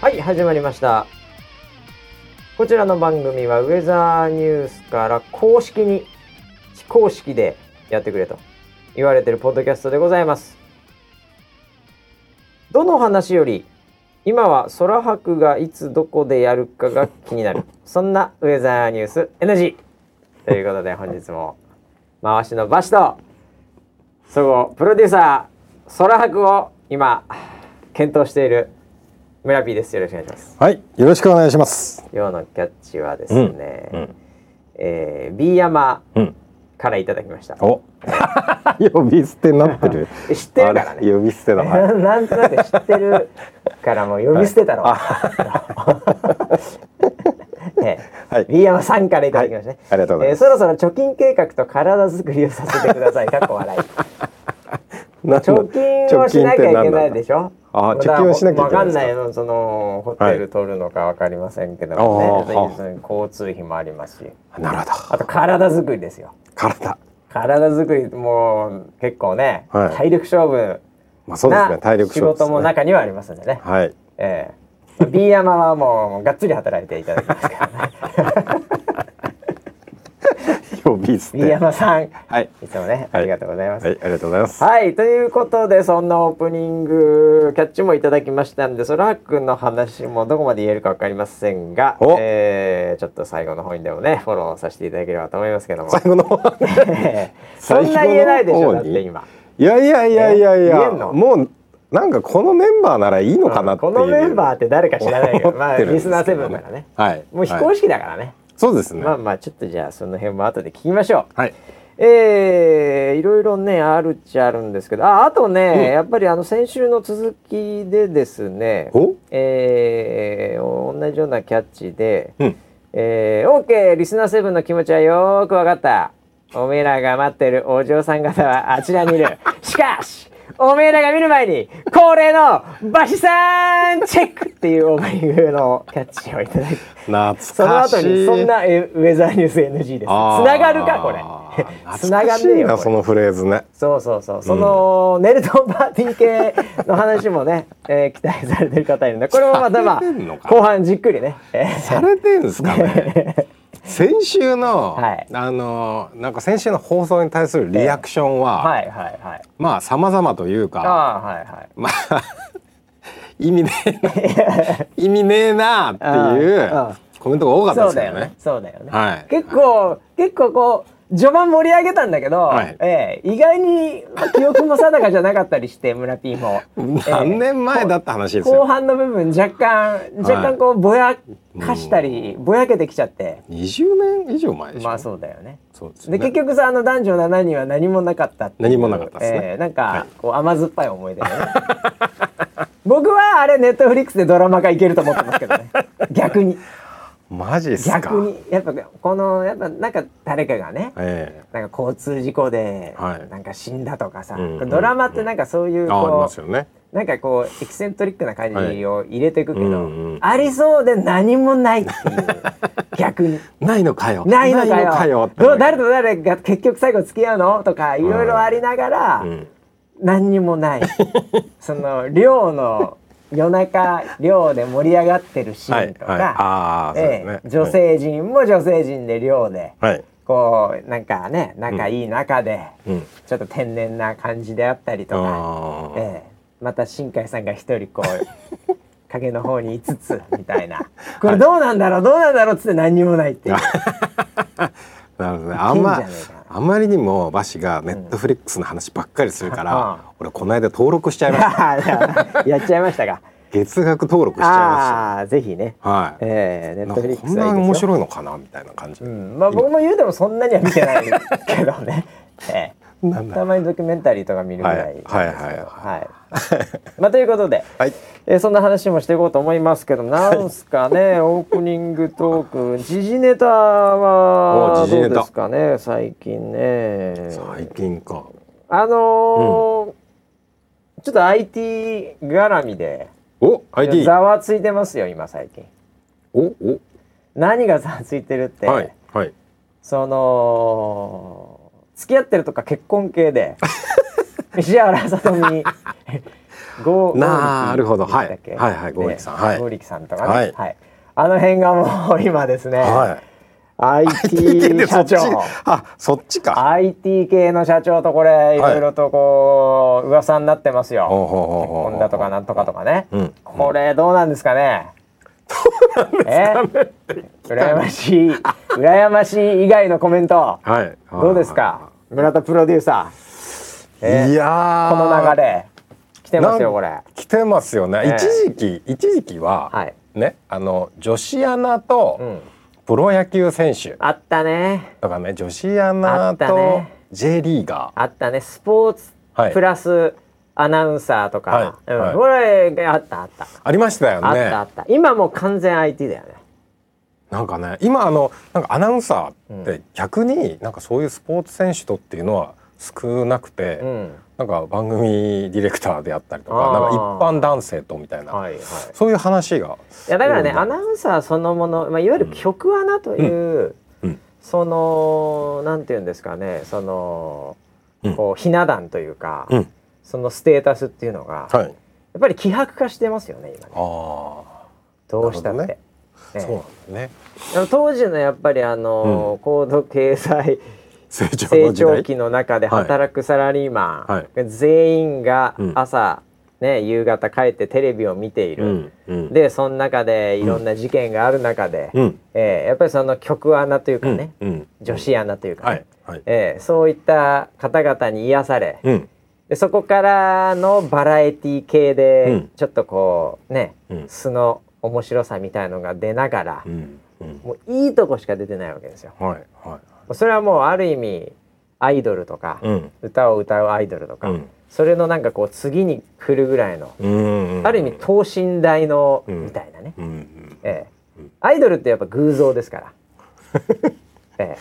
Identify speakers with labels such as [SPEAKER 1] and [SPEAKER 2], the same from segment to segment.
[SPEAKER 1] はい、始まりました。こちらの番組はウェザーニュースから公式に非公式でやってくれと言われてるポッドキャストでございます。どの話より今は空白がいつどこでやるかが気になる。そんなウェザーニュース NG! ということで本日も回しのバシとそごうプロデューサー空白を今検討している村 P です。よろしくお願いします。
[SPEAKER 2] はい、よろしくお願いします。
[SPEAKER 1] 今日のキャッチはですね、
[SPEAKER 2] うん、
[SPEAKER 1] えー、B 山
[SPEAKER 2] うん、
[SPEAKER 1] からいただきました。
[SPEAKER 2] お、呼び捨てになってる。
[SPEAKER 1] 知ってるから
[SPEAKER 2] あれ
[SPEAKER 1] ね。
[SPEAKER 2] 呼び捨てだな。
[SPEAKER 1] なんとなく知ってるからもう呼び捨てたろ。 ね
[SPEAKER 2] はい
[SPEAKER 1] B 山さんからいただきましたね。
[SPEAKER 2] ありがとうござい
[SPEAKER 1] え
[SPEAKER 2] ま
[SPEAKER 1] ー
[SPEAKER 2] す。
[SPEAKER 1] そろそろ貯金計画と体作りをさせてください。かっこ 笑い。
[SPEAKER 2] なんだ
[SPEAKER 1] 貯金をしなきゃいけないでしょ。
[SPEAKER 2] 貯金って何なんだあ貯金をしなきゃいけな
[SPEAKER 1] わ
[SPEAKER 2] い
[SPEAKER 1] か
[SPEAKER 2] んで
[SPEAKER 1] ん
[SPEAKER 2] すか
[SPEAKER 1] ないのそのホテル取るのかわかりませんけど
[SPEAKER 2] あ
[SPEAKER 1] も
[SPEAKER 2] ー
[SPEAKER 1] ね。
[SPEAKER 2] はあ
[SPEAKER 1] その交通費もありますし、
[SPEAKER 2] なるほ
[SPEAKER 1] あと体作りですよ。
[SPEAKER 2] ど。体。
[SPEAKER 1] 体作りもう結構ね、
[SPEAKER 2] はい
[SPEAKER 1] 体力勝負
[SPEAKER 2] まあそうですね。
[SPEAKER 1] な
[SPEAKER 2] 体力
[SPEAKER 1] 仕
[SPEAKER 2] 勝負です、ね。
[SPEAKER 1] 事も中にはありますんでね。
[SPEAKER 2] はい。
[SPEAKER 1] ええ B 山はもうもうがっつり働いていただきます からね。
[SPEAKER 2] 呼び捨
[SPEAKER 1] B
[SPEAKER 2] て。
[SPEAKER 1] 山さん、い
[SPEAKER 2] はい。
[SPEAKER 1] つもね、あ
[SPEAKER 2] はい
[SPEAKER 1] りがとうございます。
[SPEAKER 2] はい、ありがとうございます。
[SPEAKER 1] はい、ということで、そんなオープニング、キャッチもいただきましたんで、そらくんの話もどこまで言えるかわかりませんが
[SPEAKER 2] お、
[SPEAKER 1] えーちょっと最後の方にでもね、フォローさせていただければと思いますけども。
[SPEAKER 2] 最後の。
[SPEAKER 1] そんな言えないでしょ、だって今。
[SPEAKER 2] いやいやいやいやい
[SPEAKER 1] え言
[SPEAKER 2] や。
[SPEAKER 1] えんの
[SPEAKER 2] もうなんかこのメンバーならいいのかなっていう。
[SPEAKER 1] このメンバーって誰か知らないけど、まあ、
[SPEAKER 2] 思ってるん
[SPEAKER 1] リ
[SPEAKER 2] です
[SPEAKER 1] ス
[SPEAKER 2] けど
[SPEAKER 1] ナーセ
[SPEAKER 2] ね
[SPEAKER 1] ブンからね。
[SPEAKER 2] はい。
[SPEAKER 1] もう非公
[SPEAKER 2] はい
[SPEAKER 1] 式だからね。
[SPEAKER 2] そうですね。
[SPEAKER 1] まあまあ、ちょっとじゃあ、その辺も後で聞きましょう。
[SPEAKER 2] はい。
[SPEAKER 1] えーいろいろねあるっちゃあるんですけどああとね、
[SPEAKER 2] うん
[SPEAKER 1] やっぱりあの先週の続きでですね
[SPEAKER 2] お、
[SPEAKER 1] えー同じようなキャッチで
[SPEAKER 2] うん。
[SPEAKER 1] 「えー、OK リスナーセブンの気持ちはよーくわかったおめえらが待ってるお嬢さん方はあちらにい るしかしおめえらが見る前に恒例のバシさんチェック!」っていうオープニングのキャッチをいただいて
[SPEAKER 2] 懐かしい。
[SPEAKER 1] その後にそんなえウェザーニュース NG です。つ
[SPEAKER 2] あー
[SPEAKER 1] ながるかこれ。つ な
[SPEAKER 2] 懐
[SPEAKER 1] が
[SPEAKER 2] かし
[SPEAKER 1] んねえ
[SPEAKER 2] い
[SPEAKER 1] よ
[SPEAKER 2] な
[SPEAKER 1] これ
[SPEAKER 2] そのフレーズね。
[SPEAKER 1] そうそうそう。その、ネルトンパーティー系の話もね、 えー期待されてる方いるんで、これもまたま
[SPEAKER 2] されてんの
[SPEAKER 1] あ、
[SPEAKER 2] か
[SPEAKER 1] 後半じっくりね。え
[SPEAKER 2] されてんですかね。 先週の、
[SPEAKER 1] はい
[SPEAKER 2] あのなんか先週の放送に対するリアクション
[SPEAKER 1] ー
[SPEAKER 2] は、
[SPEAKER 1] はいはいはい。
[SPEAKER 2] まあ様々という
[SPEAKER 1] あ
[SPEAKER 2] か、
[SPEAKER 1] あ、はいはい。
[SPEAKER 2] まあ意味ね え意味ねえなってい
[SPEAKER 1] ああ
[SPEAKER 2] うコメントが多かった
[SPEAKER 1] そ
[SPEAKER 2] で
[SPEAKER 1] うだ
[SPEAKER 2] すよ
[SPEAKER 1] よね
[SPEAKER 2] ね。。
[SPEAKER 1] そうだよね。
[SPEAKER 2] はい
[SPEAKER 1] 結構、結構こう、序盤盛り上げたんだけど、
[SPEAKER 2] はい
[SPEAKER 1] えー意外に記憶も定かじゃなかったりして、村 P も。
[SPEAKER 2] 何年前だった話です
[SPEAKER 1] 後
[SPEAKER 2] よ。
[SPEAKER 1] 半の部分若干若干こうぼやかしたり、ぼやけてきちゃって
[SPEAKER 2] 20年以上前でしょ。
[SPEAKER 1] まあそうだよね
[SPEAKER 2] そうですよ
[SPEAKER 1] で
[SPEAKER 2] ね
[SPEAKER 1] 結局さあの男女7人は何もなかったっていう
[SPEAKER 2] 何もなかったですね
[SPEAKER 1] えーなんかこう甘酸っぱい思い出だね 僕はあれネットフリックスでドラマ化いけると思ってますけど ね逆に
[SPEAKER 2] マジっすか。
[SPEAKER 1] 逆にやっぱこのやっぱなんか誰かがね
[SPEAKER 2] え
[SPEAKER 1] なんか交通事故で
[SPEAKER 2] はい
[SPEAKER 1] なんか死んだとかさ、
[SPEAKER 2] うんうんうん
[SPEAKER 1] ドラマってなんかそうい
[SPEAKER 2] え
[SPEAKER 1] う
[SPEAKER 2] ああり
[SPEAKER 1] こ
[SPEAKER 2] ます
[SPEAKER 1] う
[SPEAKER 2] よね。
[SPEAKER 1] なんかこうエキセントリックな感じを入れていくけど、
[SPEAKER 2] はいうんうん
[SPEAKER 1] ありそうで何もないっていう逆に。
[SPEAKER 2] ないのかよ。
[SPEAKER 1] ないのかよ
[SPEAKER 2] って
[SPEAKER 1] どう誰と誰が結局最後付き合うのとかいろいろありながら、
[SPEAKER 2] うん
[SPEAKER 1] 何にも ないその寮の夜中寮で盛り上がってるシ
[SPEAKER 2] は
[SPEAKER 1] ー
[SPEAKER 2] い
[SPEAKER 1] ンと
[SPEAKER 2] はい。
[SPEAKER 1] か、
[SPEAKER 2] ああそうですね
[SPEAKER 1] え。え女性陣も女性陣で寮で、
[SPEAKER 2] はい。
[SPEAKER 1] こうなんかね仲いい中で、
[SPEAKER 2] うん。
[SPEAKER 1] ちょっと天然な感じであったりとか、
[SPEAKER 2] ああ。
[SPEAKER 1] ええまた新海さんが一人こ う影の方にいつつみたいなこれどうなんだろう、どうなんだろうっつって何にもないっていう。
[SPEAKER 2] なるほどね。
[SPEAKER 1] い
[SPEAKER 2] あ
[SPEAKER 1] け
[SPEAKER 2] ん
[SPEAKER 1] んじゃ
[SPEAKER 2] ま
[SPEAKER 1] ねえか、
[SPEAKER 2] あまりにもバシがネットフリックスの話ばっかりするか
[SPEAKER 1] うん
[SPEAKER 2] ら、俺この間登録しちゃいました。
[SPEAKER 1] あやっちゃいましたか。
[SPEAKER 2] 月額登録しちゃいま
[SPEAKER 1] ああー、ぜひね
[SPEAKER 2] し。た。はい。
[SPEAKER 1] ええネット
[SPEAKER 2] なんか
[SPEAKER 1] フリック
[SPEAKER 2] こん
[SPEAKER 1] ス
[SPEAKER 2] な
[SPEAKER 1] はいい
[SPEAKER 2] 面
[SPEAKER 1] ですよ。
[SPEAKER 2] 白いのかなみたいな感じ
[SPEAKER 1] う。ん、まあ僕も言うてもそんなには見てないけどね。 ええ
[SPEAKER 2] なんだ
[SPEAKER 1] たまにドキュメンタリーとか見るぐらいなんですけど。
[SPEAKER 2] はいはいはい
[SPEAKER 1] はい。まあということで、
[SPEAKER 2] はい。
[SPEAKER 1] えーそんな話もしていこうと思いますけど、なんすか ね、オープニングトーク、時事ネタ
[SPEAKER 2] お
[SPEAKER 1] は
[SPEAKER 2] 時事
[SPEAKER 1] どう
[SPEAKER 2] ネタ
[SPEAKER 1] ですかね、最近ね。
[SPEAKER 2] 最近か。
[SPEAKER 1] あのーちょっと IT 絡みで、
[SPEAKER 2] お、IT。
[SPEAKER 1] ざわついてますよ、今最近。
[SPEAKER 2] お、お。
[SPEAKER 1] 何がざわついてるって、
[SPEAKER 2] はいはい。
[SPEAKER 1] そ の付き合ってるとか結婚系で石原さとみゴー
[SPEAKER 2] なるほど
[SPEAKER 1] ゴーリキでしたっけ
[SPEAKER 2] はいはいはいゴーリキさんはい
[SPEAKER 1] ゴーリキさんとかね、は
[SPEAKER 2] はいい
[SPEAKER 1] あの辺がもう今ですね、
[SPEAKER 2] は
[SPEAKER 1] IT 社長
[SPEAKER 2] そっちあそっちか
[SPEAKER 1] IT 系の社長とこれいろいろとこう噂になってますよ、
[SPEAKER 2] ほうほうほうほう
[SPEAKER 1] ホンダとかなんとかとかね、
[SPEAKER 2] うん
[SPEAKER 1] これどうなんですかねどうなんですかね羨ましい羨ましい以外のコメント
[SPEAKER 2] はい
[SPEAKER 1] どうですか村田プロデューサー、えー
[SPEAKER 2] いや
[SPEAKER 1] こ
[SPEAKER 2] ー
[SPEAKER 1] の流れ来てますよ
[SPEAKER 2] なん
[SPEAKER 1] これ
[SPEAKER 2] 来てますよね、
[SPEAKER 1] ええ
[SPEAKER 2] 一時期一時期は、
[SPEAKER 1] はい
[SPEAKER 2] ねあの女子アナと、
[SPEAKER 1] ん
[SPEAKER 2] プロ野球選手
[SPEAKER 1] あったね
[SPEAKER 2] とかね女子ア
[SPEAKER 1] あっ
[SPEAKER 2] ナ
[SPEAKER 1] た
[SPEAKER 2] と
[SPEAKER 1] ね
[SPEAKER 2] J リーガ
[SPEAKER 1] あったねスポーツ
[SPEAKER 2] はい
[SPEAKER 1] プラスアナウンサーとか、
[SPEAKER 2] はいはい
[SPEAKER 1] うん、これあったあった、
[SPEAKER 2] ーありましたよ
[SPEAKER 1] あっ
[SPEAKER 2] ね
[SPEAKER 1] たあった今もう完全 IT だよね
[SPEAKER 2] なんかね今あのなんかアナウンサーって逆になんかそういうスポーツ選手とっていうのは少なくて、
[SPEAKER 1] うん
[SPEAKER 2] なんか番組ディレクターであったりとか
[SPEAKER 1] あ
[SPEAKER 2] なん
[SPEAKER 1] ー
[SPEAKER 2] か一般男性とみたいな、
[SPEAKER 1] はいはい
[SPEAKER 2] そういう話が
[SPEAKER 1] いやだからね、
[SPEAKER 2] うん
[SPEAKER 1] アナウンサーそのもの、まあ、いわゆる曲アナという、
[SPEAKER 2] うんうん
[SPEAKER 1] そのなんていうんですかねその、
[SPEAKER 2] うん
[SPEAKER 1] こうひな壇というか、
[SPEAKER 2] うん
[SPEAKER 1] そのステータスっていうのが、や
[SPEAKER 2] はい
[SPEAKER 1] っぱり希薄化してますよね今ね
[SPEAKER 2] あー
[SPEAKER 1] どうしたって。
[SPEAKER 2] なる
[SPEAKER 1] ええ
[SPEAKER 2] そうなんだね
[SPEAKER 1] あの当時のやっぱりあの、高度経 済
[SPEAKER 2] 成長
[SPEAKER 1] 成
[SPEAKER 2] の時代
[SPEAKER 1] 長期の中で働くサラリーマン、
[SPEAKER 2] はい
[SPEAKER 1] 全員が
[SPEAKER 2] うん
[SPEAKER 1] 朝、ね、夕方帰ってテレビを見ている、
[SPEAKER 2] うんうん
[SPEAKER 1] でその中でいろんな事件がある中で、
[SPEAKER 2] うん
[SPEAKER 1] えーやっぱりその局アナというかね、
[SPEAKER 2] うんうん
[SPEAKER 1] 女子アナというか、ね
[SPEAKER 2] はいはい
[SPEAKER 1] えーそういった方々に癒され、
[SPEAKER 2] うん
[SPEAKER 1] でそこからのバラエティ系で、
[SPEAKER 2] うん
[SPEAKER 1] ちょっとこうね、
[SPEAKER 2] うん
[SPEAKER 1] 素の面白さみたいのが出ながら、
[SPEAKER 2] うんうん
[SPEAKER 1] もういいとこしか出てないわけですよ。
[SPEAKER 2] はいは
[SPEAKER 1] それはもうある意味アイドルとか、
[SPEAKER 2] いうん
[SPEAKER 1] 歌を歌うアイドルとか、
[SPEAKER 2] うん
[SPEAKER 1] それのなんかこう次に来るぐらいの、
[SPEAKER 2] うんうん
[SPEAKER 1] ある意味等身大の
[SPEAKER 2] うん
[SPEAKER 1] みたいなね、
[SPEAKER 2] うんうん
[SPEAKER 1] ええアイドルってやっぱ偶像ですから、 え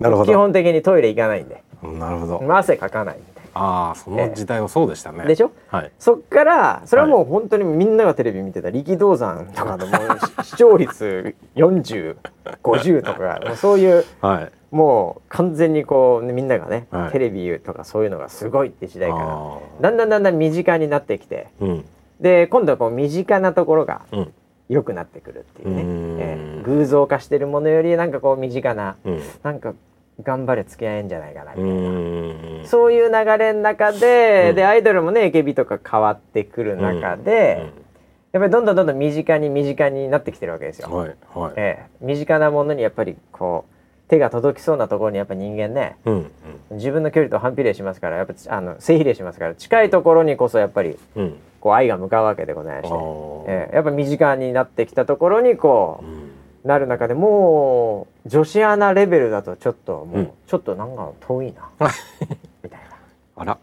[SPEAKER 2] なる
[SPEAKER 1] え
[SPEAKER 2] ほ
[SPEAKER 1] 基
[SPEAKER 2] ど
[SPEAKER 1] 本的にトイレ行かないんで
[SPEAKER 2] なるほど
[SPEAKER 1] 汗かかないみたいな
[SPEAKER 2] ああその時代はそうでしたね
[SPEAKER 1] でしょ
[SPEAKER 2] はい
[SPEAKER 1] そっからそれはもう本当にみんながテレビ見てた力道山とかのもう視聴率4050とかもうそういう
[SPEAKER 2] はい
[SPEAKER 1] もう完全にこうねみんながね、
[SPEAKER 2] はい
[SPEAKER 1] テレビとかそういうのがすごいって時代
[SPEAKER 2] あ
[SPEAKER 1] か
[SPEAKER 2] ー
[SPEAKER 1] らだんだんだんだん身近になってきて
[SPEAKER 2] うん
[SPEAKER 1] で今度はこう身近なところが
[SPEAKER 2] うん
[SPEAKER 1] 良くなってくるっていうね
[SPEAKER 2] うーん
[SPEAKER 1] ええ偶像化してるものよりなんかこう身近な
[SPEAKER 2] うん
[SPEAKER 1] なんか頑張れ付き合えんじゃないかなみたいな
[SPEAKER 2] うん
[SPEAKER 1] そういう流れの中で、
[SPEAKER 2] うん
[SPEAKER 1] でアイドルもね AKB とか変わってくる中で、やっぱりどんどんどんどん身近に身近になってきてるわけですよ。
[SPEAKER 2] はいはい
[SPEAKER 1] ええ、身近なものにやっぱりこう手が届きそうなところにやっぱ人間ね
[SPEAKER 2] うんうん
[SPEAKER 1] 自分の距離と反比例しますからやっぱあの正比例しますから近いところにこそやっぱり
[SPEAKER 2] うん
[SPEAKER 1] こう愛が向かうわけでございまして、
[SPEAKER 2] ー
[SPEAKER 1] ええ、やっぱ身近になってきたところにこ
[SPEAKER 2] うん
[SPEAKER 1] うなる中でもう女子アナレベルだとちょっともう、
[SPEAKER 2] うん
[SPEAKER 1] ちょっとなんか遠いなみたいな
[SPEAKER 2] あら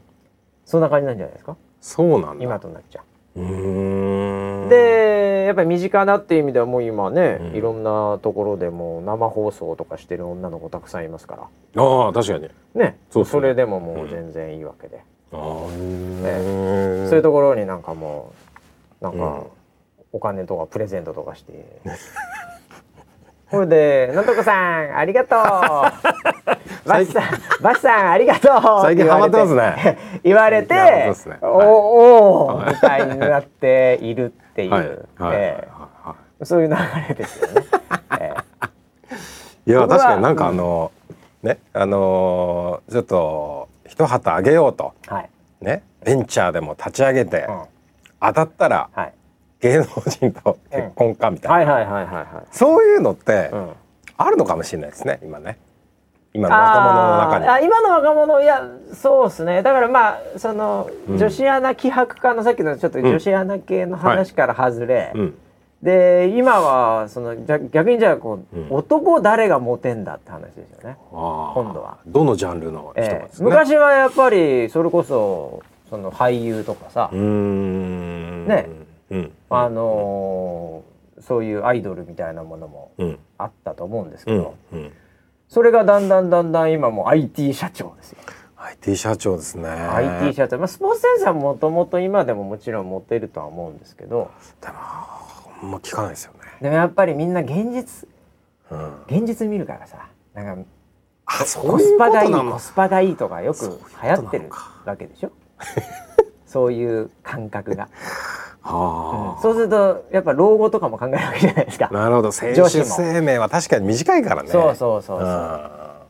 [SPEAKER 1] そんな感じなんじゃないですか
[SPEAKER 2] そうなんだ
[SPEAKER 1] 今となっちゃう。
[SPEAKER 2] うーん
[SPEAKER 1] でやっぱり身近なっていう意味ではもう今ね、
[SPEAKER 2] うん
[SPEAKER 1] いろんなところでもう生放送とかしてる女の子たくさんいますか
[SPEAKER 2] ああ確か
[SPEAKER 1] ら
[SPEAKER 2] に
[SPEAKER 1] ね
[SPEAKER 2] そうです
[SPEAKER 1] そ
[SPEAKER 2] ね
[SPEAKER 1] れでももう全然いいわけで、
[SPEAKER 2] あー
[SPEAKER 1] そういうところになんかもうなん
[SPEAKER 2] うん
[SPEAKER 1] かお金とかプレゼントとかして、 これで「なんとかさんありがとう」バ
[SPEAKER 2] 最
[SPEAKER 1] シ
[SPEAKER 2] 近
[SPEAKER 1] さんバシさんありがとう」
[SPEAKER 2] 最近ハマってますね
[SPEAKER 1] 言われて
[SPEAKER 2] なるほどですね
[SPEAKER 1] お
[SPEAKER 2] はい
[SPEAKER 1] おーみたいになっているっていう、
[SPEAKER 2] はいはい
[SPEAKER 1] え
[SPEAKER 2] は
[SPEAKER 1] えそういう流れですよ ね。え
[SPEAKER 2] いいや
[SPEAKER 1] 僕は
[SPEAKER 2] 確かになんかあのねあのーちょっと一旗あげようと
[SPEAKER 1] えはい、
[SPEAKER 2] ねベンチャーでも立ち上げて
[SPEAKER 1] うん
[SPEAKER 2] 当たったら
[SPEAKER 1] はい、
[SPEAKER 2] 芸能人と結婚かみたいな
[SPEAKER 1] はいはいはいはいは
[SPEAKER 2] そういうのって
[SPEAKER 1] い。うん
[SPEAKER 2] あるのかもしれないですね今ね今の若者の
[SPEAKER 1] あ
[SPEAKER 2] 中に
[SPEAKER 1] ーあ今の若者いやそうですねだからまあその、
[SPEAKER 2] うん
[SPEAKER 1] 女子アナ希薄化のさっきのちょっと女子アナ系の話から外れ、
[SPEAKER 2] うん
[SPEAKER 1] で今はそのじゃ逆にじゃあこう、
[SPEAKER 2] うん
[SPEAKER 1] 男誰がモテんだって話ですよね、
[SPEAKER 2] あー
[SPEAKER 1] 今度は
[SPEAKER 2] どのジャンルの人が
[SPEAKER 1] え
[SPEAKER 2] で
[SPEAKER 1] え
[SPEAKER 2] すね、
[SPEAKER 1] 昔はやっぱりそれこそその俳優とかさ、
[SPEAKER 2] うーん
[SPEAKER 1] ね
[SPEAKER 2] うん
[SPEAKER 1] あのーそういうアイドルみたいなものも
[SPEAKER 2] うん
[SPEAKER 1] あったと思うんですけ
[SPEAKER 2] う
[SPEAKER 1] ど、
[SPEAKER 2] んうん
[SPEAKER 1] それがだんだんだんだん今もう IT 社長ですよ。
[SPEAKER 2] IT 社長ですね
[SPEAKER 1] IT 社長、まあ、スポーツ選手はもともと今でももちろん持ってるとは思うんですけど
[SPEAKER 2] でもほんま聞かないですよね
[SPEAKER 1] でもやっぱりみんな現実
[SPEAKER 2] うん
[SPEAKER 1] 現実見るからさなんか
[SPEAKER 2] あそ
[SPEAKER 1] コ
[SPEAKER 2] うい
[SPEAKER 1] ス
[SPEAKER 2] うこ
[SPEAKER 1] パがい
[SPEAKER 2] と
[SPEAKER 1] い
[SPEAKER 2] な
[SPEAKER 1] コ
[SPEAKER 2] の
[SPEAKER 1] スパがいいとかよく
[SPEAKER 2] そういう
[SPEAKER 1] 流
[SPEAKER 2] ことな
[SPEAKER 1] 行
[SPEAKER 2] の
[SPEAKER 1] っ
[SPEAKER 2] か
[SPEAKER 1] てるわけでしょそういう感覚が、
[SPEAKER 2] あ
[SPEAKER 1] そうするとやっぱ老後とかも考えるわけじゃないですか、
[SPEAKER 2] なるほど選手生命は確かに短いからね
[SPEAKER 1] そうそうそうそう、
[SPEAKER 2] あ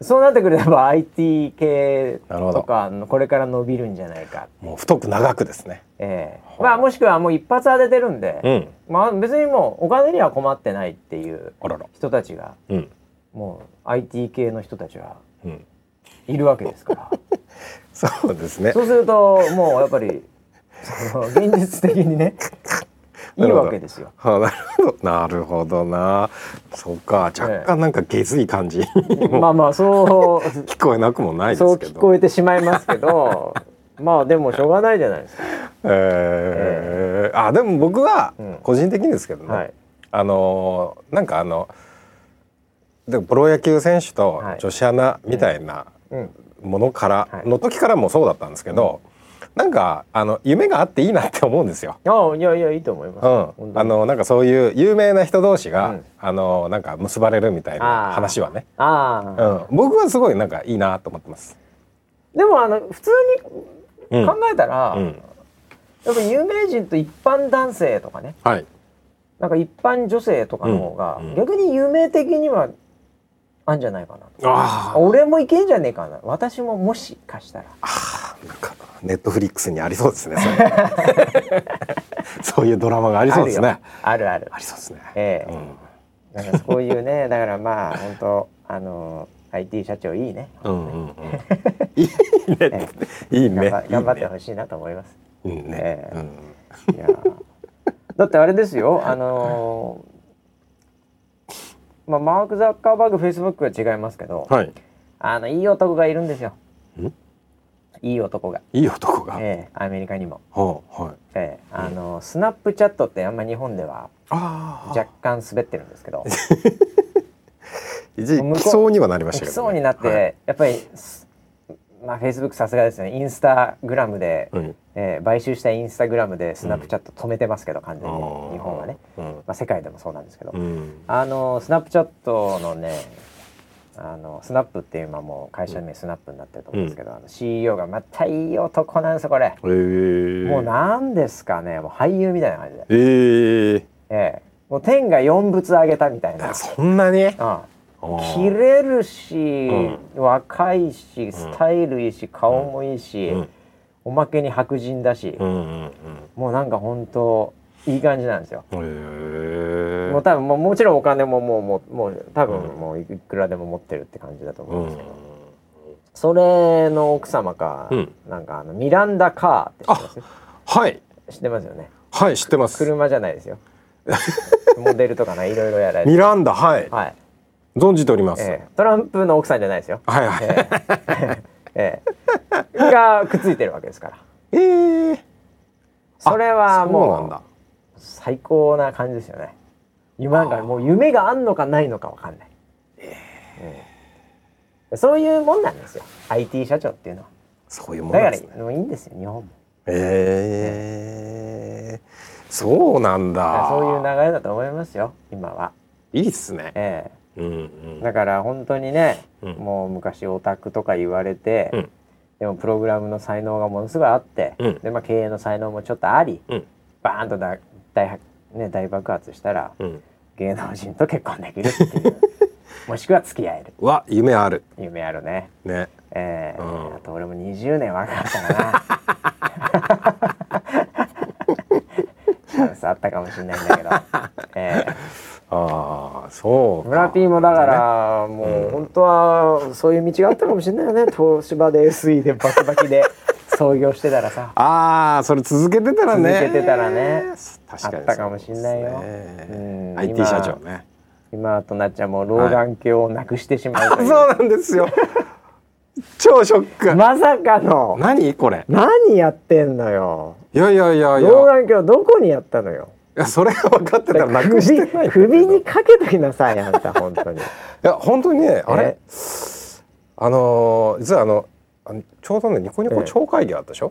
[SPEAKER 1] そうなってくれば IT 系
[SPEAKER 2] なるほど
[SPEAKER 1] とかのこれから伸びるんじゃないか、
[SPEAKER 2] ーもう太く長くですね
[SPEAKER 1] ええ
[SPEAKER 2] はあ
[SPEAKER 1] まあもしくはもう一発当ててるんで、
[SPEAKER 2] うん
[SPEAKER 1] まあ別にもうお金には困ってないっていう
[SPEAKER 2] あらら
[SPEAKER 1] 人たちが
[SPEAKER 2] うん
[SPEAKER 1] もう IT 系の人たちは
[SPEAKER 2] うん
[SPEAKER 1] いるわけですから
[SPEAKER 2] そうですね
[SPEAKER 1] そうするともうやっぱりその現実的に ねいい
[SPEAKER 2] なるほど
[SPEAKER 1] わけですよ。
[SPEAKER 2] あなるほどなるほどなそっか若干なんか下水感じ
[SPEAKER 1] まあまあ そう
[SPEAKER 2] 聞こえなくもないで
[SPEAKER 1] そう
[SPEAKER 2] すけど
[SPEAKER 1] 聞こえてしまいますけどまあでもしょうがないじゃないですか。
[SPEAKER 2] えーあでも僕は
[SPEAKER 1] うん
[SPEAKER 2] 個人的にですけどね、
[SPEAKER 1] はい
[SPEAKER 2] あのーなんかあのでもプロ野球選手と
[SPEAKER 1] はい
[SPEAKER 2] 女子アナみたいな
[SPEAKER 1] うん、
[SPEAKER 2] ものから、
[SPEAKER 1] はい
[SPEAKER 2] の時からもそうだったんですけど、なんかあの夢があっていいなって思うんですよ。
[SPEAKER 1] ああいやいやいいと思います。
[SPEAKER 2] うん、あ
[SPEAKER 1] あの
[SPEAKER 2] のなんかそういう有名な人同士が、
[SPEAKER 1] うん
[SPEAKER 2] あのなんか結ばれるみたいな
[SPEAKER 1] あー
[SPEAKER 2] 話はね、
[SPEAKER 1] あ
[SPEAKER 2] う
[SPEAKER 1] あ、
[SPEAKER 2] ん、僕はすごいなんかいいなと思ってます。
[SPEAKER 1] でもあの普通
[SPEAKER 2] う
[SPEAKER 1] に
[SPEAKER 2] ん
[SPEAKER 1] 考えたら、
[SPEAKER 2] うん
[SPEAKER 1] やっぱ有名人と一般男性とかね
[SPEAKER 2] はい、
[SPEAKER 1] なんか一般女性とかの方が、
[SPEAKER 2] うんうん
[SPEAKER 1] 逆に有名的にはあんじゃないかなと
[SPEAKER 2] あー
[SPEAKER 1] 俺もいけんじゃねえかな私ももしかしたら
[SPEAKER 2] なんかネットフリックスにありそうですね。そ れそういうドラマがありそうですね。
[SPEAKER 1] あるよあるある
[SPEAKER 2] ありそうですね。
[SPEAKER 1] ええ
[SPEAKER 2] うん
[SPEAKER 1] なんかそういうね だからまあ本当あの IT 社長いいね
[SPEAKER 2] うんうん うん。いいね。いいね
[SPEAKER 1] 頑張。頑張ってほしいなと思います、
[SPEAKER 2] いいね。うんね
[SPEAKER 1] え。え
[SPEAKER 2] うん
[SPEAKER 1] いやー だってあれですよあのーまあ、マーク・ザッカーバーグフェイスブックは違いますけど、
[SPEAKER 2] はい。
[SPEAKER 1] あのいい男がいるんですよ
[SPEAKER 2] ん
[SPEAKER 1] いい男が、
[SPEAKER 2] いい男が。は
[SPEAKER 1] ええアメリカにも、
[SPEAKER 2] あはい。
[SPEAKER 1] ええあのスナップチャットってあんま日本では
[SPEAKER 2] あ
[SPEAKER 1] 若干滑ってるんです けど
[SPEAKER 2] あ。一時
[SPEAKER 1] 向こう
[SPEAKER 2] 来そうにはなりましたけ
[SPEAKER 1] 来
[SPEAKER 2] どね。
[SPEAKER 1] そうになって、
[SPEAKER 2] はい。
[SPEAKER 1] やっぱりすまあフェイスブックさすがですねインスタグラムで、
[SPEAKER 2] うん。
[SPEAKER 1] ええ買収したインスタグラムでスナップチャット止めてますけど完全に
[SPEAKER 2] あ
[SPEAKER 1] 日
[SPEAKER 2] ー
[SPEAKER 1] 本はね、。
[SPEAKER 2] うん
[SPEAKER 1] まあ、世界でもそうなんですけど、
[SPEAKER 2] うん。
[SPEAKER 1] あのスナップチャットのねあのスナップっていう今もう会社名スナップになってると思うんですけど、あの CEO がまたいい男なんですよこれ、
[SPEAKER 2] ええ。
[SPEAKER 1] もう。なんですかねもう俳優みたいな感じで、
[SPEAKER 2] ええ。
[SPEAKER 1] ええ、もう天が四物上げたみたいな、
[SPEAKER 2] そんなに。あ
[SPEAKER 1] うん、
[SPEAKER 2] あ
[SPEAKER 1] 切れるし、
[SPEAKER 2] う
[SPEAKER 1] 若いしスタイルいいし、顔もいいし、
[SPEAKER 2] うん
[SPEAKER 1] おまけに白人だし、
[SPEAKER 2] うんうん
[SPEAKER 1] もうなんか本当いい感じなんですよ。
[SPEAKER 2] うん。え
[SPEAKER 1] もう
[SPEAKER 2] え。
[SPEAKER 1] 多分もうもちろんお金ももうもうもう多分もういくらでも持ってるって感じだと思
[SPEAKER 2] う
[SPEAKER 1] うんですけど、
[SPEAKER 2] ん。
[SPEAKER 1] それの奥様か、
[SPEAKER 2] うん
[SPEAKER 1] なんかあのミランダ・カーって知ってま
[SPEAKER 2] はい。
[SPEAKER 1] す知ってますよね
[SPEAKER 2] はい、知ってます。
[SPEAKER 1] 車じゃないです よモデルとかねいろいろやられ
[SPEAKER 2] ミ
[SPEAKER 1] て、
[SPEAKER 2] ランダ、はい。
[SPEAKER 1] はい
[SPEAKER 2] 存じております。
[SPEAKER 1] ええトランプの奥さんじゃないですよ、
[SPEAKER 2] はいはい。
[SPEAKER 1] ええええがくっついてるわけですから
[SPEAKER 2] え え。
[SPEAKER 1] それは
[SPEAKER 2] そうなん
[SPEAKER 1] も
[SPEAKER 2] だ
[SPEAKER 1] う。最高な感じですよね夢なんかもう夢があんのかないのかわかんない、ええそういうもんなんですよ IT 社長っていうのは
[SPEAKER 2] そういうもん
[SPEAKER 1] だ
[SPEAKER 2] な
[SPEAKER 1] か
[SPEAKER 2] んで
[SPEAKER 1] ら
[SPEAKER 2] すね。
[SPEAKER 1] もういいんですよ日本も
[SPEAKER 2] ええそうなんだ。
[SPEAKER 1] そういう流れだと思いますよ今は、
[SPEAKER 2] いいっすね。
[SPEAKER 1] ええ
[SPEAKER 2] うんうん。
[SPEAKER 1] だから本当にね、
[SPEAKER 2] うん
[SPEAKER 1] もう昔オタクとか言われて、
[SPEAKER 2] うん
[SPEAKER 1] でもプログラムの才能がものすごいあって、
[SPEAKER 2] うん
[SPEAKER 1] でまあ、経営の才能もちょっとあり、
[SPEAKER 2] うん
[SPEAKER 1] バーンとだ大,、ね、大爆発したら
[SPEAKER 2] うん。
[SPEAKER 1] 芸能人と結婚できるっていう もしくは付き合える
[SPEAKER 2] は夢ある
[SPEAKER 1] 夢あるね。
[SPEAKER 2] ね。
[SPEAKER 1] ええ
[SPEAKER 2] うん
[SPEAKER 1] あと俺も20年若かった かな。チャンスあったかもしれないんだけど、ええ
[SPEAKER 2] ああ、そうか。
[SPEAKER 1] 村 P もだから、もう本当はそういう道があったかもしれないよ ね東芝で SE でバキバキで創業してたらさ
[SPEAKER 2] ああ、それ続けてたらね。
[SPEAKER 1] 続けてたらね。
[SPEAKER 2] 確かに
[SPEAKER 1] あ
[SPEAKER 2] そうですね。
[SPEAKER 1] ったかもしんないようん
[SPEAKER 2] IT
[SPEAKER 1] 今
[SPEAKER 2] 社長ね。
[SPEAKER 1] 今となっちゃんもう老眼鏡をなくしてしまう
[SPEAKER 2] あ
[SPEAKER 1] とい
[SPEAKER 2] そう
[SPEAKER 1] う、
[SPEAKER 2] なんで すよ。超ショック。
[SPEAKER 1] まさかの
[SPEAKER 2] 何これ。
[SPEAKER 1] 何やってんのよ
[SPEAKER 2] いやいやいやいや。
[SPEAKER 1] 老眼鏡どこにやったのよ
[SPEAKER 2] いやそれが分かってたらなくしてないん
[SPEAKER 1] 首
[SPEAKER 2] だけど
[SPEAKER 1] 首にかけときなさいあんた本当に
[SPEAKER 2] いや本当にね あれ
[SPEAKER 1] え
[SPEAKER 2] あのー実はあのあのちょうどねニコニコ超会議あったでしょ、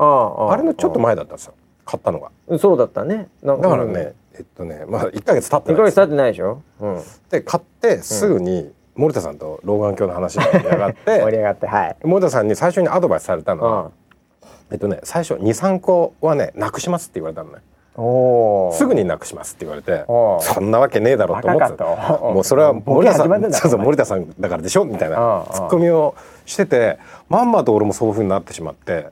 [SPEAKER 1] あ
[SPEAKER 2] あれのちょっと前だったんですよ買ったのが
[SPEAKER 1] 前そうだったねだ
[SPEAKER 2] だからね、えっとねまあ1ヶ月経っ
[SPEAKER 1] 2
[SPEAKER 2] てな
[SPEAKER 1] ヶ
[SPEAKER 2] いで
[SPEAKER 1] 月
[SPEAKER 2] す
[SPEAKER 1] 経ってないでしょ、うん、
[SPEAKER 2] で買ってすぐに森田さんと老眼鏡の話が盛り上がっ
[SPEAKER 1] 盛り
[SPEAKER 2] て
[SPEAKER 1] 上がってはい
[SPEAKER 2] 森田さんに最初にアドバイスされたのは、えっとね最初23個はねなくしますって言われたのね
[SPEAKER 1] おお。
[SPEAKER 2] すぐになくしますって言われて
[SPEAKER 1] おう
[SPEAKER 2] そんなわけねえだろと思って
[SPEAKER 1] バカかと
[SPEAKER 2] もうそれは
[SPEAKER 1] ボ
[SPEAKER 2] 森
[SPEAKER 1] ケ
[SPEAKER 2] 田さ
[SPEAKER 1] 始まってん
[SPEAKER 2] ん
[SPEAKER 1] だ
[SPEAKER 2] そう
[SPEAKER 1] お
[SPEAKER 2] そう
[SPEAKER 1] 前
[SPEAKER 2] 森田さんだからでしょみたいな
[SPEAKER 1] うんうん
[SPEAKER 2] ツッコミをしててまんまと俺もそういうふうになってしまって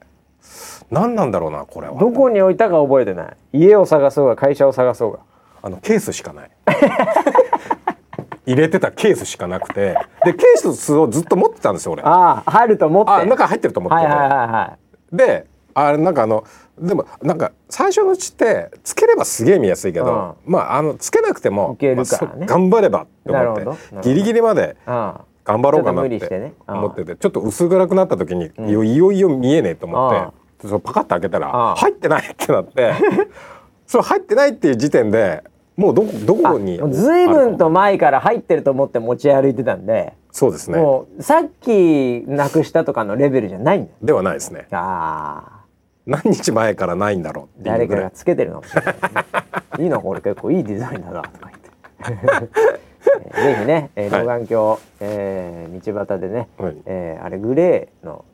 [SPEAKER 2] 何なんだろうなこれは
[SPEAKER 1] どこに置いたか覚えてない。家を探そうが会社を探そうが。
[SPEAKER 2] あのケースしかない 入れてたケースしかなくてでケースをずっと持ってたんですよ俺
[SPEAKER 1] あ
[SPEAKER 2] あ
[SPEAKER 1] あ入ると思って。
[SPEAKER 2] 中入ってると思って
[SPEAKER 1] はい
[SPEAKER 2] て、
[SPEAKER 1] はいはいは
[SPEAKER 2] であれなんかあのでもなんか最初のうちってつければすげえ見やすいけど、まああのつけなくても
[SPEAKER 1] いけるからね
[SPEAKER 2] まあそ頑張ればって
[SPEAKER 1] なるほど
[SPEAKER 2] 思
[SPEAKER 1] な
[SPEAKER 2] っ
[SPEAKER 1] るほど
[SPEAKER 2] てギリギリまで
[SPEAKER 1] い。うん。
[SPEAKER 2] 頑張ろうかなっ
[SPEAKER 1] ちょっと無理して
[SPEAKER 2] て
[SPEAKER 1] ねうん
[SPEAKER 2] 思っててちょっと薄暗くなった時にいよいよいよ見えねえと思って、それパカッと開けた
[SPEAKER 1] う
[SPEAKER 2] ら
[SPEAKER 1] ん
[SPEAKER 2] 入ってないってなって それ入ってないっていう時点でもうどこどこに
[SPEAKER 1] もう随分と前から入ってると思って持ち歩いてたんで、
[SPEAKER 2] そうですね
[SPEAKER 1] もうさっきなくしたとかのレベルじゃないんだよ。
[SPEAKER 2] ではないですね
[SPEAKER 1] ああ。
[SPEAKER 2] 何日前からないんだろうっていう
[SPEAKER 1] 誰
[SPEAKER 2] ぐ
[SPEAKER 1] からが
[SPEAKER 2] い
[SPEAKER 1] つけてるのかもしれない ね、いいのこれ結構いいデザインだなとか言って。えーぜひね、えー、
[SPEAKER 2] はい
[SPEAKER 1] 老眼鏡、えー道端でね、
[SPEAKER 2] はい
[SPEAKER 1] えーあれグレーの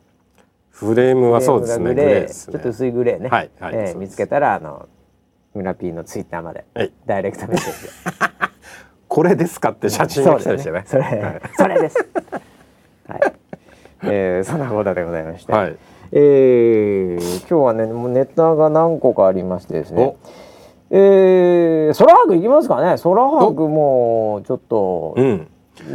[SPEAKER 2] フレームはそうです
[SPEAKER 1] フレームがグ
[SPEAKER 2] ねグ
[SPEAKER 1] レ
[SPEAKER 2] レ
[SPEAKER 1] ー
[SPEAKER 2] ーです
[SPEAKER 1] ちょ
[SPEAKER 2] ね
[SPEAKER 1] っと薄いグレーね、
[SPEAKER 2] はいはい
[SPEAKER 1] えー
[SPEAKER 2] そうです
[SPEAKER 1] 見つけたらあの村 P のツイッターまで
[SPEAKER 2] はい
[SPEAKER 1] ダイレクトメッセージで
[SPEAKER 2] これですかって写真
[SPEAKER 1] そ
[SPEAKER 2] が
[SPEAKER 1] う
[SPEAKER 2] 来
[SPEAKER 1] で
[SPEAKER 2] た
[SPEAKER 1] す
[SPEAKER 2] りして
[SPEAKER 1] ね
[SPEAKER 2] ね
[SPEAKER 1] それ、それですはい、えー、そんなことでございまして、
[SPEAKER 2] はい
[SPEAKER 1] えー、今日はねもうネタが何個かありましてですね
[SPEAKER 2] お
[SPEAKER 1] えー、空白いきますかね空白もちょっと
[SPEAKER 2] うん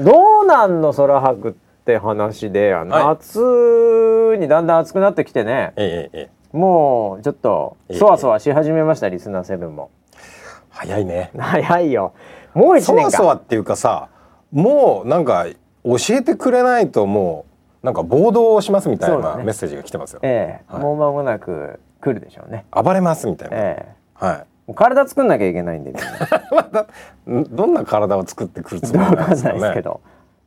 [SPEAKER 1] どうなんの空白って話で、あの
[SPEAKER 2] はい
[SPEAKER 1] 夏にだんだん暑くなってきてね
[SPEAKER 2] ええええ
[SPEAKER 1] もうちょっと
[SPEAKER 2] ええ
[SPEAKER 1] そわそわし始めましたリスナーセブンも
[SPEAKER 2] 早いね
[SPEAKER 1] 早いよもう一
[SPEAKER 2] そ
[SPEAKER 1] 年
[SPEAKER 2] わそ
[SPEAKER 1] か
[SPEAKER 2] わっていうかさもうなんか教えてくれないともうなんか暴動をしますみたい
[SPEAKER 1] そうだ
[SPEAKER 2] な
[SPEAKER 1] ね
[SPEAKER 2] メッセージが来てますよ、
[SPEAKER 1] ええ
[SPEAKER 2] はい
[SPEAKER 1] もう間もなく来るでしょうね
[SPEAKER 2] 暴れますみたいな、
[SPEAKER 1] ええ
[SPEAKER 2] は
[SPEAKER 1] もう体作んなきゃいけないんで みんな
[SPEAKER 2] いまたんどんな体を作ってくるつも
[SPEAKER 1] わ
[SPEAKER 2] りなん
[SPEAKER 1] か
[SPEAKER 2] で
[SPEAKER 1] ん
[SPEAKER 2] す
[SPEAKER 1] な
[SPEAKER 2] か
[SPEAKER 1] いですけ
[SPEAKER 2] ね
[SPEAKER 1] ど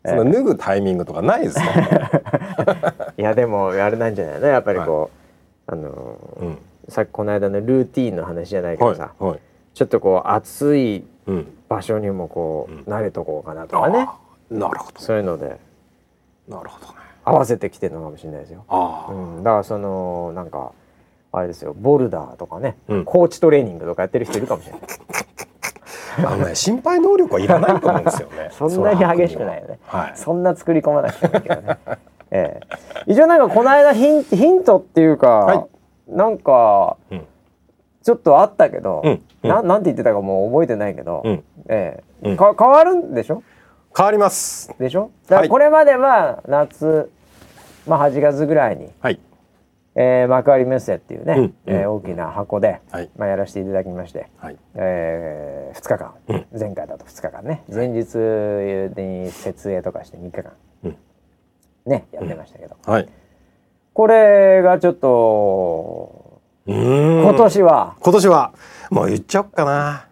[SPEAKER 2] その脱ぐタイミングとかないですね、
[SPEAKER 1] いやでもあれなんじゃないのやっぱりこう、あの
[SPEAKER 2] うん、
[SPEAKER 1] さっきこの間のルーティーンの話じゃないけど
[SPEAKER 2] はい
[SPEAKER 1] さ、
[SPEAKER 2] はい、
[SPEAKER 1] ちょっとこう暑い
[SPEAKER 2] うん、
[SPEAKER 1] 場所にもこう、
[SPEAKER 2] うん
[SPEAKER 1] 慣れとこうかなとかね
[SPEAKER 2] あーなるほ
[SPEAKER 1] そういうので
[SPEAKER 2] どなるほどね
[SPEAKER 1] 合わせてきてるのかもしれないですよ、
[SPEAKER 2] あ
[SPEAKER 1] う
[SPEAKER 2] あ、
[SPEAKER 1] ん、だからそのなんかあれですよボルダーとかね、
[SPEAKER 2] うん
[SPEAKER 1] コーチトレーニングとかやってる人いるかもし れない
[SPEAKER 2] あのね心配能力はいらないと思うんですよね
[SPEAKER 1] そんなに激しくないよね
[SPEAKER 2] はい
[SPEAKER 1] そんな作り込まなくてもいいけどね、 ええ、一応なんかこの間ヒンヒントっていうか、
[SPEAKER 2] はい
[SPEAKER 1] なんか
[SPEAKER 2] うん
[SPEAKER 1] ちょっとあったけど、
[SPEAKER 2] うんうん
[SPEAKER 1] ななんて言ってたかもう覚えてないけど、
[SPEAKER 2] うん
[SPEAKER 1] ええ
[SPEAKER 2] うん
[SPEAKER 1] か変わるんでしょ
[SPEAKER 2] 変わります
[SPEAKER 1] でしょだか
[SPEAKER 2] は
[SPEAKER 1] ら
[SPEAKER 2] い
[SPEAKER 1] これまでは夏、まあ、8月ぐらいに、
[SPEAKER 2] はい
[SPEAKER 1] えー幕張メッセっていうね、
[SPEAKER 2] うんうん
[SPEAKER 1] えー大きな箱で、
[SPEAKER 2] はい
[SPEAKER 1] まあ、やらせていただきまして、
[SPEAKER 2] はい
[SPEAKER 1] え2日間、前回だと2日間ね前日に設営とかして3日間、
[SPEAKER 2] うん
[SPEAKER 1] ねやってましたけど、
[SPEAKER 2] はい
[SPEAKER 1] これがちょっと
[SPEAKER 2] うーん
[SPEAKER 1] 今年は、
[SPEAKER 2] 今年はもう言っちゃおうかな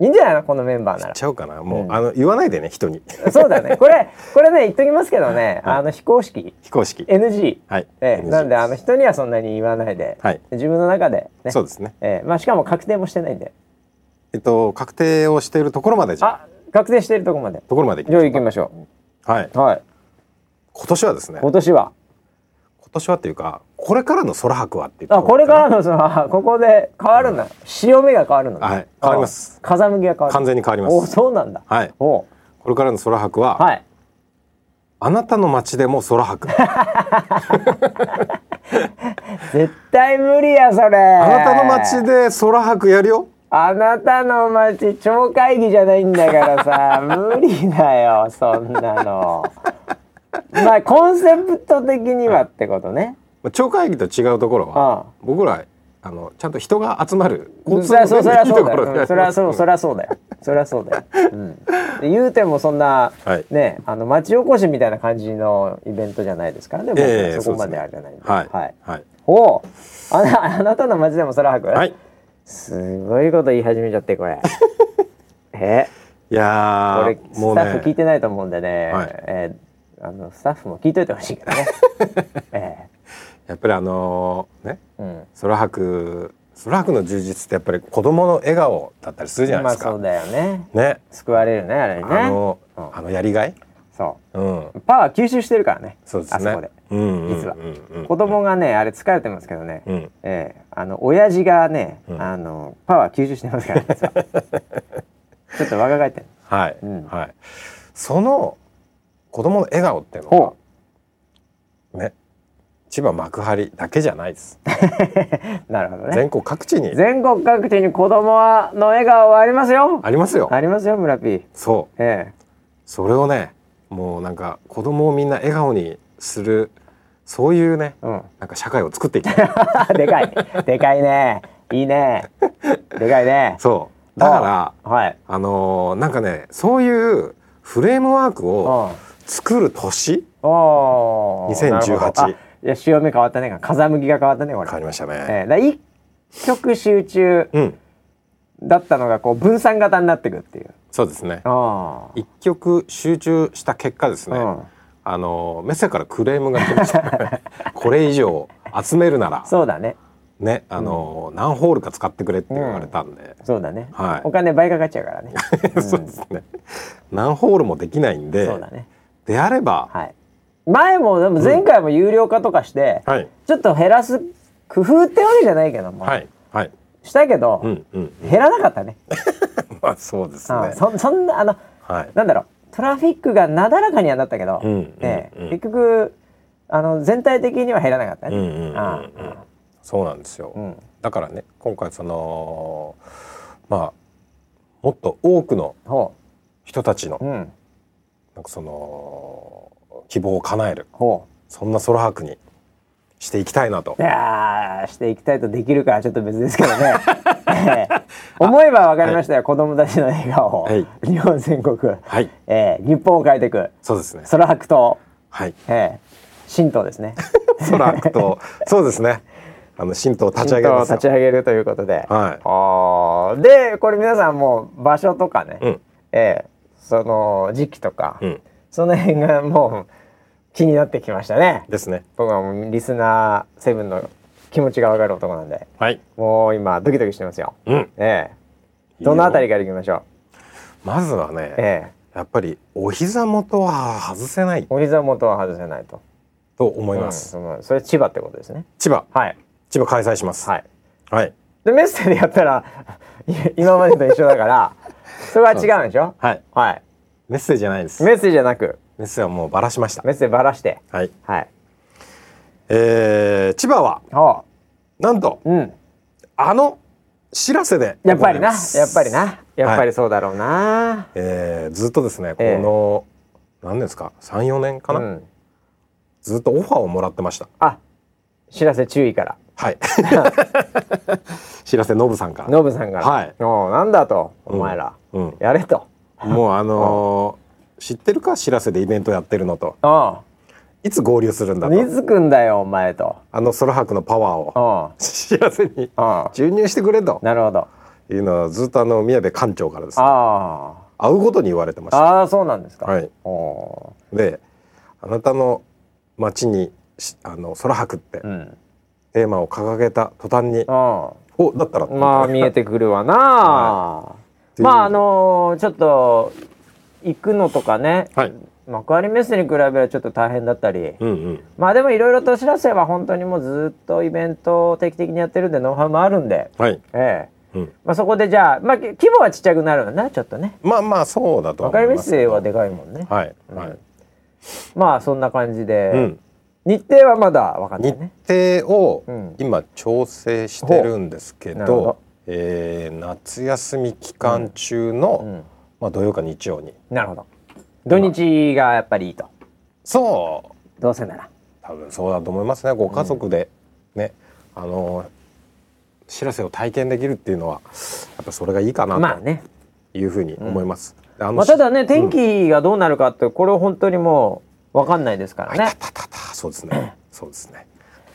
[SPEAKER 2] い
[SPEAKER 1] いんじゃないのこのメンバーな
[SPEAKER 2] 言
[SPEAKER 1] ら
[SPEAKER 2] っ。ちゃおうかなもう、
[SPEAKER 1] うん
[SPEAKER 2] あの言わないでね 人に
[SPEAKER 1] そうだねこれ これね言っときますけどね、あの非公式
[SPEAKER 2] 非公式
[SPEAKER 1] NG、
[SPEAKER 2] はい
[SPEAKER 1] ええ
[SPEAKER 2] NG
[SPEAKER 1] なんであの人にはそんなに言わないで、
[SPEAKER 2] はい
[SPEAKER 1] 自分の中でね
[SPEAKER 2] そうですね
[SPEAKER 1] ええまあ、しかも確定もしてないんで
[SPEAKER 2] えっと確定をしているところまでじゃあ
[SPEAKER 1] あ確定してるとこまで
[SPEAKER 2] ところまで行き
[SPEAKER 1] じゃ
[SPEAKER 2] ま
[SPEAKER 1] あ
[SPEAKER 2] し
[SPEAKER 1] 行
[SPEAKER 2] ょう
[SPEAKER 1] き
[SPEAKER 2] か
[SPEAKER 1] ましょ
[SPEAKER 2] はい、
[SPEAKER 1] うはい
[SPEAKER 2] 今年はですね
[SPEAKER 1] 今年は
[SPEAKER 2] 今年はっていうかこれからの空白はっていうと
[SPEAKER 1] あこれ
[SPEAKER 2] だ
[SPEAKER 1] からのそのあ ここで変わるんだ、潮目が変わるのね
[SPEAKER 2] はい変わります
[SPEAKER 1] あ風向きが変わる
[SPEAKER 2] 完全に変わります
[SPEAKER 1] おそうなんだ
[SPEAKER 2] はい
[SPEAKER 1] お
[SPEAKER 2] これからの空白は、
[SPEAKER 1] はい
[SPEAKER 2] あなたの街でも空白あ
[SPEAKER 1] 絶対無理やそれあ
[SPEAKER 2] なたの街で空白やるよ
[SPEAKER 1] あなたの町超会議じゃないんだから さ無理だよそんなのまあコンセプト的にはってことね
[SPEAKER 2] まあ超会議と違うところ
[SPEAKER 1] ああ
[SPEAKER 2] は僕らあのちゃんと人が集まる交通
[SPEAKER 1] そりゃそうそり
[SPEAKER 2] の
[SPEAKER 1] ゃ
[SPEAKER 2] いい
[SPEAKER 1] そう
[SPEAKER 2] と
[SPEAKER 1] だ
[SPEAKER 2] ころ
[SPEAKER 1] よ、う
[SPEAKER 2] でや
[SPEAKER 1] ん、
[SPEAKER 2] ります
[SPEAKER 1] そりゃそうそりゃそうだよそりゃそうだよ、うん、言うてもそんな、
[SPEAKER 2] はい
[SPEAKER 1] ねあの町おこしみたいな感じのイベントじゃないですからね僕ら
[SPEAKER 2] ええ
[SPEAKER 1] そこ
[SPEAKER 2] そ
[SPEAKER 1] ま
[SPEAKER 2] う
[SPEAKER 1] です
[SPEAKER 2] でね
[SPEAKER 1] あれじゃないんで、
[SPEAKER 2] はい
[SPEAKER 1] はい、
[SPEAKER 2] はい
[SPEAKER 1] おうあなあなたの町でも空白、
[SPEAKER 2] はい
[SPEAKER 1] すごいこと言い始めちゃってこ れえ
[SPEAKER 2] いや
[SPEAKER 1] こ
[SPEAKER 2] ー
[SPEAKER 1] れスタッフ聞いてないと思うんでね、
[SPEAKER 2] はい
[SPEAKER 1] えーあのスタッフも聞いといてほしいけ どね、え
[SPEAKER 2] やっぱりあのーね
[SPEAKER 1] えうん、
[SPEAKER 2] 空白空白の充実ってやっぱり子供の笑顔だったりするじゃない
[SPEAKER 1] ま
[SPEAKER 2] で
[SPEAKER 1] あ
[SPEAKER 2] すか、
[SPEAKER 1] そうだよね
[SPEAKER 2] ね
[SPEAKER 1] 救われるねあれね
[SPEAKER 2] あの、
[SPEAKER 1] うん
[SPEAKER 2] あのやりがい
[SPEAKER 1] そ
[SPEAKER 2] うん、
[SPEAKER 1] うパワー吸収してるからね
[SPEAKER 2] そうですね。
[SPEAKER 1] あそこで
[SPEAKER 2] うんうん、
[SPEAKER 1] 実は
[SPEAKER 2] うんうんうん、
[SPEAKER 1] 子供がねあれ疲れてますけどね、
[SPEAKER 2] うん、
[SPEAKER 1] ええあの親父がね、
[SPEAKER 2] うん
[SPEAKER 1] あのパワー吸収してますから 実はちょっと若返ってる
[SPEAKER 2] はい、
[SPEAKER 1] うん
[SPEAKER 2] はい。その子供の笑顔っていうの
[SPEAKER 1] ほ
[SPEAKER 2] はね、千葉幕張だけじゃないです。
[SPEAKER 1] うなるほどね
[SPEAKER 2] 全国各地に
[SPEAKER 1] 全国各地に子供はの笑顔はありますよ
[SPEAKER 2] ありますよ。
[SPEAKER 1] ありますよ村 P え
[SPEAKER 2] そう、
[SPEAKER 1] え
[SPEAKER 2] それをね、もうなんか子供をみんな笑顔にするそういうね、
[SPEAKER 1] うん
[SPEAKER 2] なんか社会を作っていきたい。
[SPEAKER 1] でかい。でかいね。いいね。でかいね。
[SPEAKER 2] そう。だから
[SPEAKER 1] はい。
[SPEAKER 2] あのーなんかね、そういうフレームワーク
[SPEAKER 1] うん。
[SPEAKER 2] を
[SPEAKER 1] お
[SPEAKER 2] 作る年
[SPEAKER 1] おー。
[SPEAKER 2] 2018
[SPEAKER 1] なるほどあいや潮目変わったね。風向きが変わったねこれ。
[SPEAKER 2] 変わりましたね。
[SPEAKER 1] ええだから一曲集中
[SPEAKER 2] うん、
[SPEAKER 1] だったのがこう分散型になっていくっていう。
[SPEAKER 2] そうですね。
[SPEAKER 1] ああ。
[SPEAKER 2] 一曲集中した結果ですね、
[SPEAKER 1] うん
[SPEAKER 2] あのメッセからクレームが来ました これ以上集めるなら
[SPEAKER 1] そうだね。
[SPEAKER 2] ねあの、何ホールか使ってくれって言われたんで、
[SPEAKER 1] そうだね。
[SPEAKER 2] はい
[SPEAKER 1] お金倍かかっちゃうからね。
[SPEAKER 2] そうですね何ホールもできないんで
[SPEAKER 1] そうだね。
[SPEAKER 2] であれば、
[SPEAKER 1] はい。前もでも前回も有料化とかして、
[SPEAKER 2] はい
[SPEAKER 1] ちょっと減らす工夫ってわけじゃないけども、
[SPEAKER 2] はいはい
[SPEAKER 1] したけど、
[SPEAKER 2] うんうん
[SPEAKER 1] 減らなかったね。
[SPEAKER 2] まあそうです
[SPEAKER 1] あ
[SPEAKER 2] ね
[SPEAKER 1] そそんなあの
[SPEAKER 2] はい
[SPEAKER 1] なんだろうトラフィックがなだらかにはなったけど、
[SPEAKER 2] うんうんうん
[SPEAKER 1] ええ結局あの全体的には減らなかった
[SPEAKER 2] うん
[SPEAKER 1] ね。
[SPEAKER 2] うんうん
[SPEAKER 1] あ
[SPEAKER 2] うんそうなんですよ、
[SPEAKER 1] うん
[SPEAKER 2] だからね今回そのまあもっと多くの
[SPEAKER 1] ほ
[SPEAKER 2] 人たちの
[SPEAKER 1] う、うん、
[SPEAKER 2] なんかその希望を叶える
[SPEAKER 1] ほ
[SPEAKER 2] そんな空白にしていきた いなと
[SPEAKER 1] う。い。やーしていきたいとできるかはちょっと別ですけど ね。ええ思えばわかりましたよ、子供たちの笑顔を、
[SPEAKER 2] はい
[SPEAKER 1] 日本全国、
[SPEAKER 2] はい、
[SPEAKER 1] ええ日本を変えていく
[SPEAKER 2] そうですね。
[SPEAKER 1] 空白と、
[SPEAKER 2] はい、
[SPEAKER 1] ええ神道ですね。
[SPEAKER 2] 空 白と、そうですね。あの神道 を立ち
[SPEAKER 1] 神
[SPEAKER 2] 上げ
[SPEAKER 1] 道を
[SPEAKER 2] ます
[SPEAKER 1] 立
[SPEAKER 2] よ。
[SPEAKER 1] ち上げるということで。
[SPEAKER 2] はい
[SPEAKER 1] あーでこれ皆さんもう場所とかね、
[SPEAKER 2] うん
[SPEAKER 1] ええその時期とか、
[SPEAKER 2] うん
[SPEAKER 1] その辺がもう気になってきましたね。
[SPEAKER 2] ですね。
[SPEAKER 1] 僕はもうリスナーセブンの気持ちがわかる男なんで
[SPEAKER 2] はい。
[SPEAKER 1] もう今ドキドキしてますよ。
[SPEAKER 2] うん。
[SPEAKER 1] ええ
[SPEAKER 2] いいよ
[SPEAKER 1] どのあたりからいきましょう。
[SPEAKER 2] まずはね、
[SPEAKER 1] ええ
[SPEAKER 2] やっぱりお膝元は外せない
[SPEAKER 1] お膝元は外せないと
[SPEAKER 2] と思います。
[SPEAKER 1] うんそのそれ千葉ってことですね。
[SPEAKER 2] 千葉、
[SPEAKER 1] はい
[SPEAKER 2] 千葉開催します。。
[SPEAKER 1] はいい。
[SPEAKER 2] はい。
[SPEAKER 1] でメッセでやったら い今までと一緒だ からそれは違うんでしょ。
[SPEAKER 2] はい。
[SPEAKER 1] はい。
[SPEAKER 2] メッセージじゃないです。メ
[SPEAKER 1] メッセじゃなく
[SPEAKER 2] ッセージはもうばらしました。
[SPEAKER 1] メッセばらして
[SPEAKER 2] はい。
[SPEAKER 1] はい。
[SPEAKER 2] えー、千葉は
[SPEAKER 1] ほ
[SPEAKER 2] なんと
[SPEAKER 1] う。うん。
[SPEAKER 2] あの知らせで
[SPEAKER 1] やっぱりな、や
[SPEAKER 2] 行われます
[SPEAKER 1] っぱりな、やっぱりそうだろうな。
[SPEAKER 2] えーずっとですね、
[SPEAKER 1] ええ
[SPEAKER 2] この何年ですか34年かな、
[SPEAKER 1] うん。
[SPEAKER 2] ずっとオファーをもらってました
[SPEAKER 1] あ、知らせ注意から、
[SPEAKER 2] はい知らせノブさんから、
[SPEAKER 1] ノブさんから。
[SPEAKER 2] はい
[SPEAKER 1] おうなんだと、お前ら、
[SPEAKER 2] うん、
[SPEAKER 1] やれと。
[SPEAKER 2] もう あのー知ってるか知らせでイベントやってるのと
[SPEAKER 1] お
[SPEAKER 2] いつ合流するんだ
[SPEAKER 1] う
[SPEAKER 2] と
[SPEAKER 1] 水くんだよ、お前と。
[SPEAKER 2] あの空白のパワーを
[SPEAKER 1] おう
[SPEAKER 2] 知らせに
[SPEAKER 1] おう
[SPEAKER 2] 注入してくれと
[SPEAKER 1] なるほど。
[SPEAKER 2] いうのはずっとあの宮部館長からですね
[SPEAKER 1] あ
[SPEAKER 2] 会うごとに言われてま
[SPEAKER 1] あ。
[SPEAKER 2] した
[SPEAKER 1] ああ、そうなんですか。
[SPEAKER 2] はい
[SPEAKER 1] お
[SPEAKER 2] であなたの街にしあの空白って
[SPEAKER 1] ううん。
[SPEAKER 2] テーマを掲げた途端に、
[SPEAKER 1] お
[SPEAKER 2] おだったら
[SPEAKER 1] うまあ、見えてくるわな。
[SPEAKER 2] い
[SPEAKER 1] まあ、あのーちょっと、行くのとかね、
[SPEAKER 2] はい
[SPEAKER 1] 幕張メッセに比べればちょっと大変だったり。
[SPEAKER 2] うんうん
[SPEAKER 1] まあでもいろいろと知らせは本当にもうずっとイベントを定期的にやってるんでノウハウもあるんで、
[SPEAKER 2] はい、
[SPEAKER 1] ええ
[SPEAKER 2] うん、
[SPEAKER 1] まあ、そこでじゃあ、まあ、き規模はちっちゃくなるのなちょっとね
[SPEAKER 2] まあまあそうだと
[SPEAKER 1] 分
[SPEAKER 2] は思
[SPEAKER 1] かり
[SPEAKER 2] い
[SPEAKER 1] メッ
[SPEAKER 2] ます
[SPEAKER 1] セはでかいもんね、
[SPEAKER 2] はいはい、
[SPEAKER 1] まあそんな感じで、
[SPEAKER 2] うん、
[SPEAKER 1] 日程はまだ分かんない
[SPEAKER 2] 日
[SPEAKER 1] ね
[SPEAKER 2] 程を
[SPEAKER 1] うん
[SPEAKER 2] 今調整してるんですけ
[SPEAKER 1] ほうなるほ
[SPEAKER 2] ど
[SPEAKER 1] ど、
[SPEAKER 2] えー夏休み期間中の、
[SPEAKER 1] うん
[SPEAKER 2] まあ、土曜か日曜に
[SPEAKER 1] なるほど土日がやっぱりいいと
[SPEAKER 2] そう
[SPEAKER 1] どうせなら
[SPEAKER 2] 多分そうだと思いますねご家族でね、あの知らせを体験できるっていうのはやっぱそれがいいか
[SPEAKER 1] ま
[SPEAKER 2] な
[SPEAKER 1] あね、
[SPEAKER 2] というふうに思います。あの
[SPEAKER 1] まあ、ただね天気がどうなるかってこれ本当にもう分かんないですからね
[SPEAKER 2] あいたたたたそうです ねそうですね。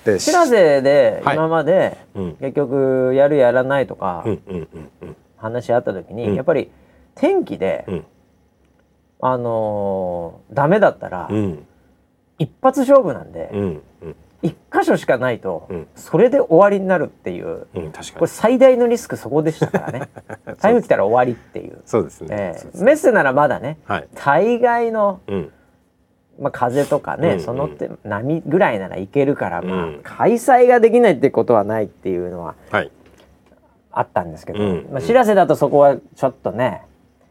[SPEAKER 2] で
[SPEAKER 1] 知らせで今まで
[SPEAKER 2] うん
[SPEAKER 1] 結局やるやらないとか、
[SPEAKER 2] うんうんうんうん
[SPEAKER 1] 話し合った時に、
[SPEAKER 2] うん
[SPEAKER 1] やっぱり天気で、
[SPEAKER 2] うん
[SPEAKER 1] あのーダメだったら、
[SPEAKER 2] うん
[SPEAKER 1] 一発勝負なんで、
[SPEAKER 2] うんうん
[SPEAKER 1] 一箇所しかないと、
[SPEAKER 2] うん
[SPEAKER 1] それで終わりになるっていう
[SPEAKER 2] うん確か
[SPEAKER 1] これ
[SPEAKER 2] に
[SPEAKER 1] 最大のリスクそこでしたから ね台風来たら終わりっていう、
[SPEAKER 2] そうですね。
[SPEAKER 1] え
[SPEAKER 2] そうで
[SPEAKER 1] え
[SPEAKER 2] すね
[SPEAKER 1] メッセならまだね
[SPEAKER 2] はい。
[SPEAKER 1] 大概の
[SPEAKER 2] うん
[SPEAKER 1] まあ、風とかね、
[SPEAKER 2] うんうん
[SPEAKER 1] その手波ぐらいならいけるから、まあ
[SPEAKER 2] うん
[SPEAKER 1] 開催ができないってことはないっていうのは
[SPEAKER 2] はい
[SPEAKER 1] あったんですけど、
[SPEAKER 2] うん
[SPEAKER 1] まあ、知らせだとそこはちょっとね、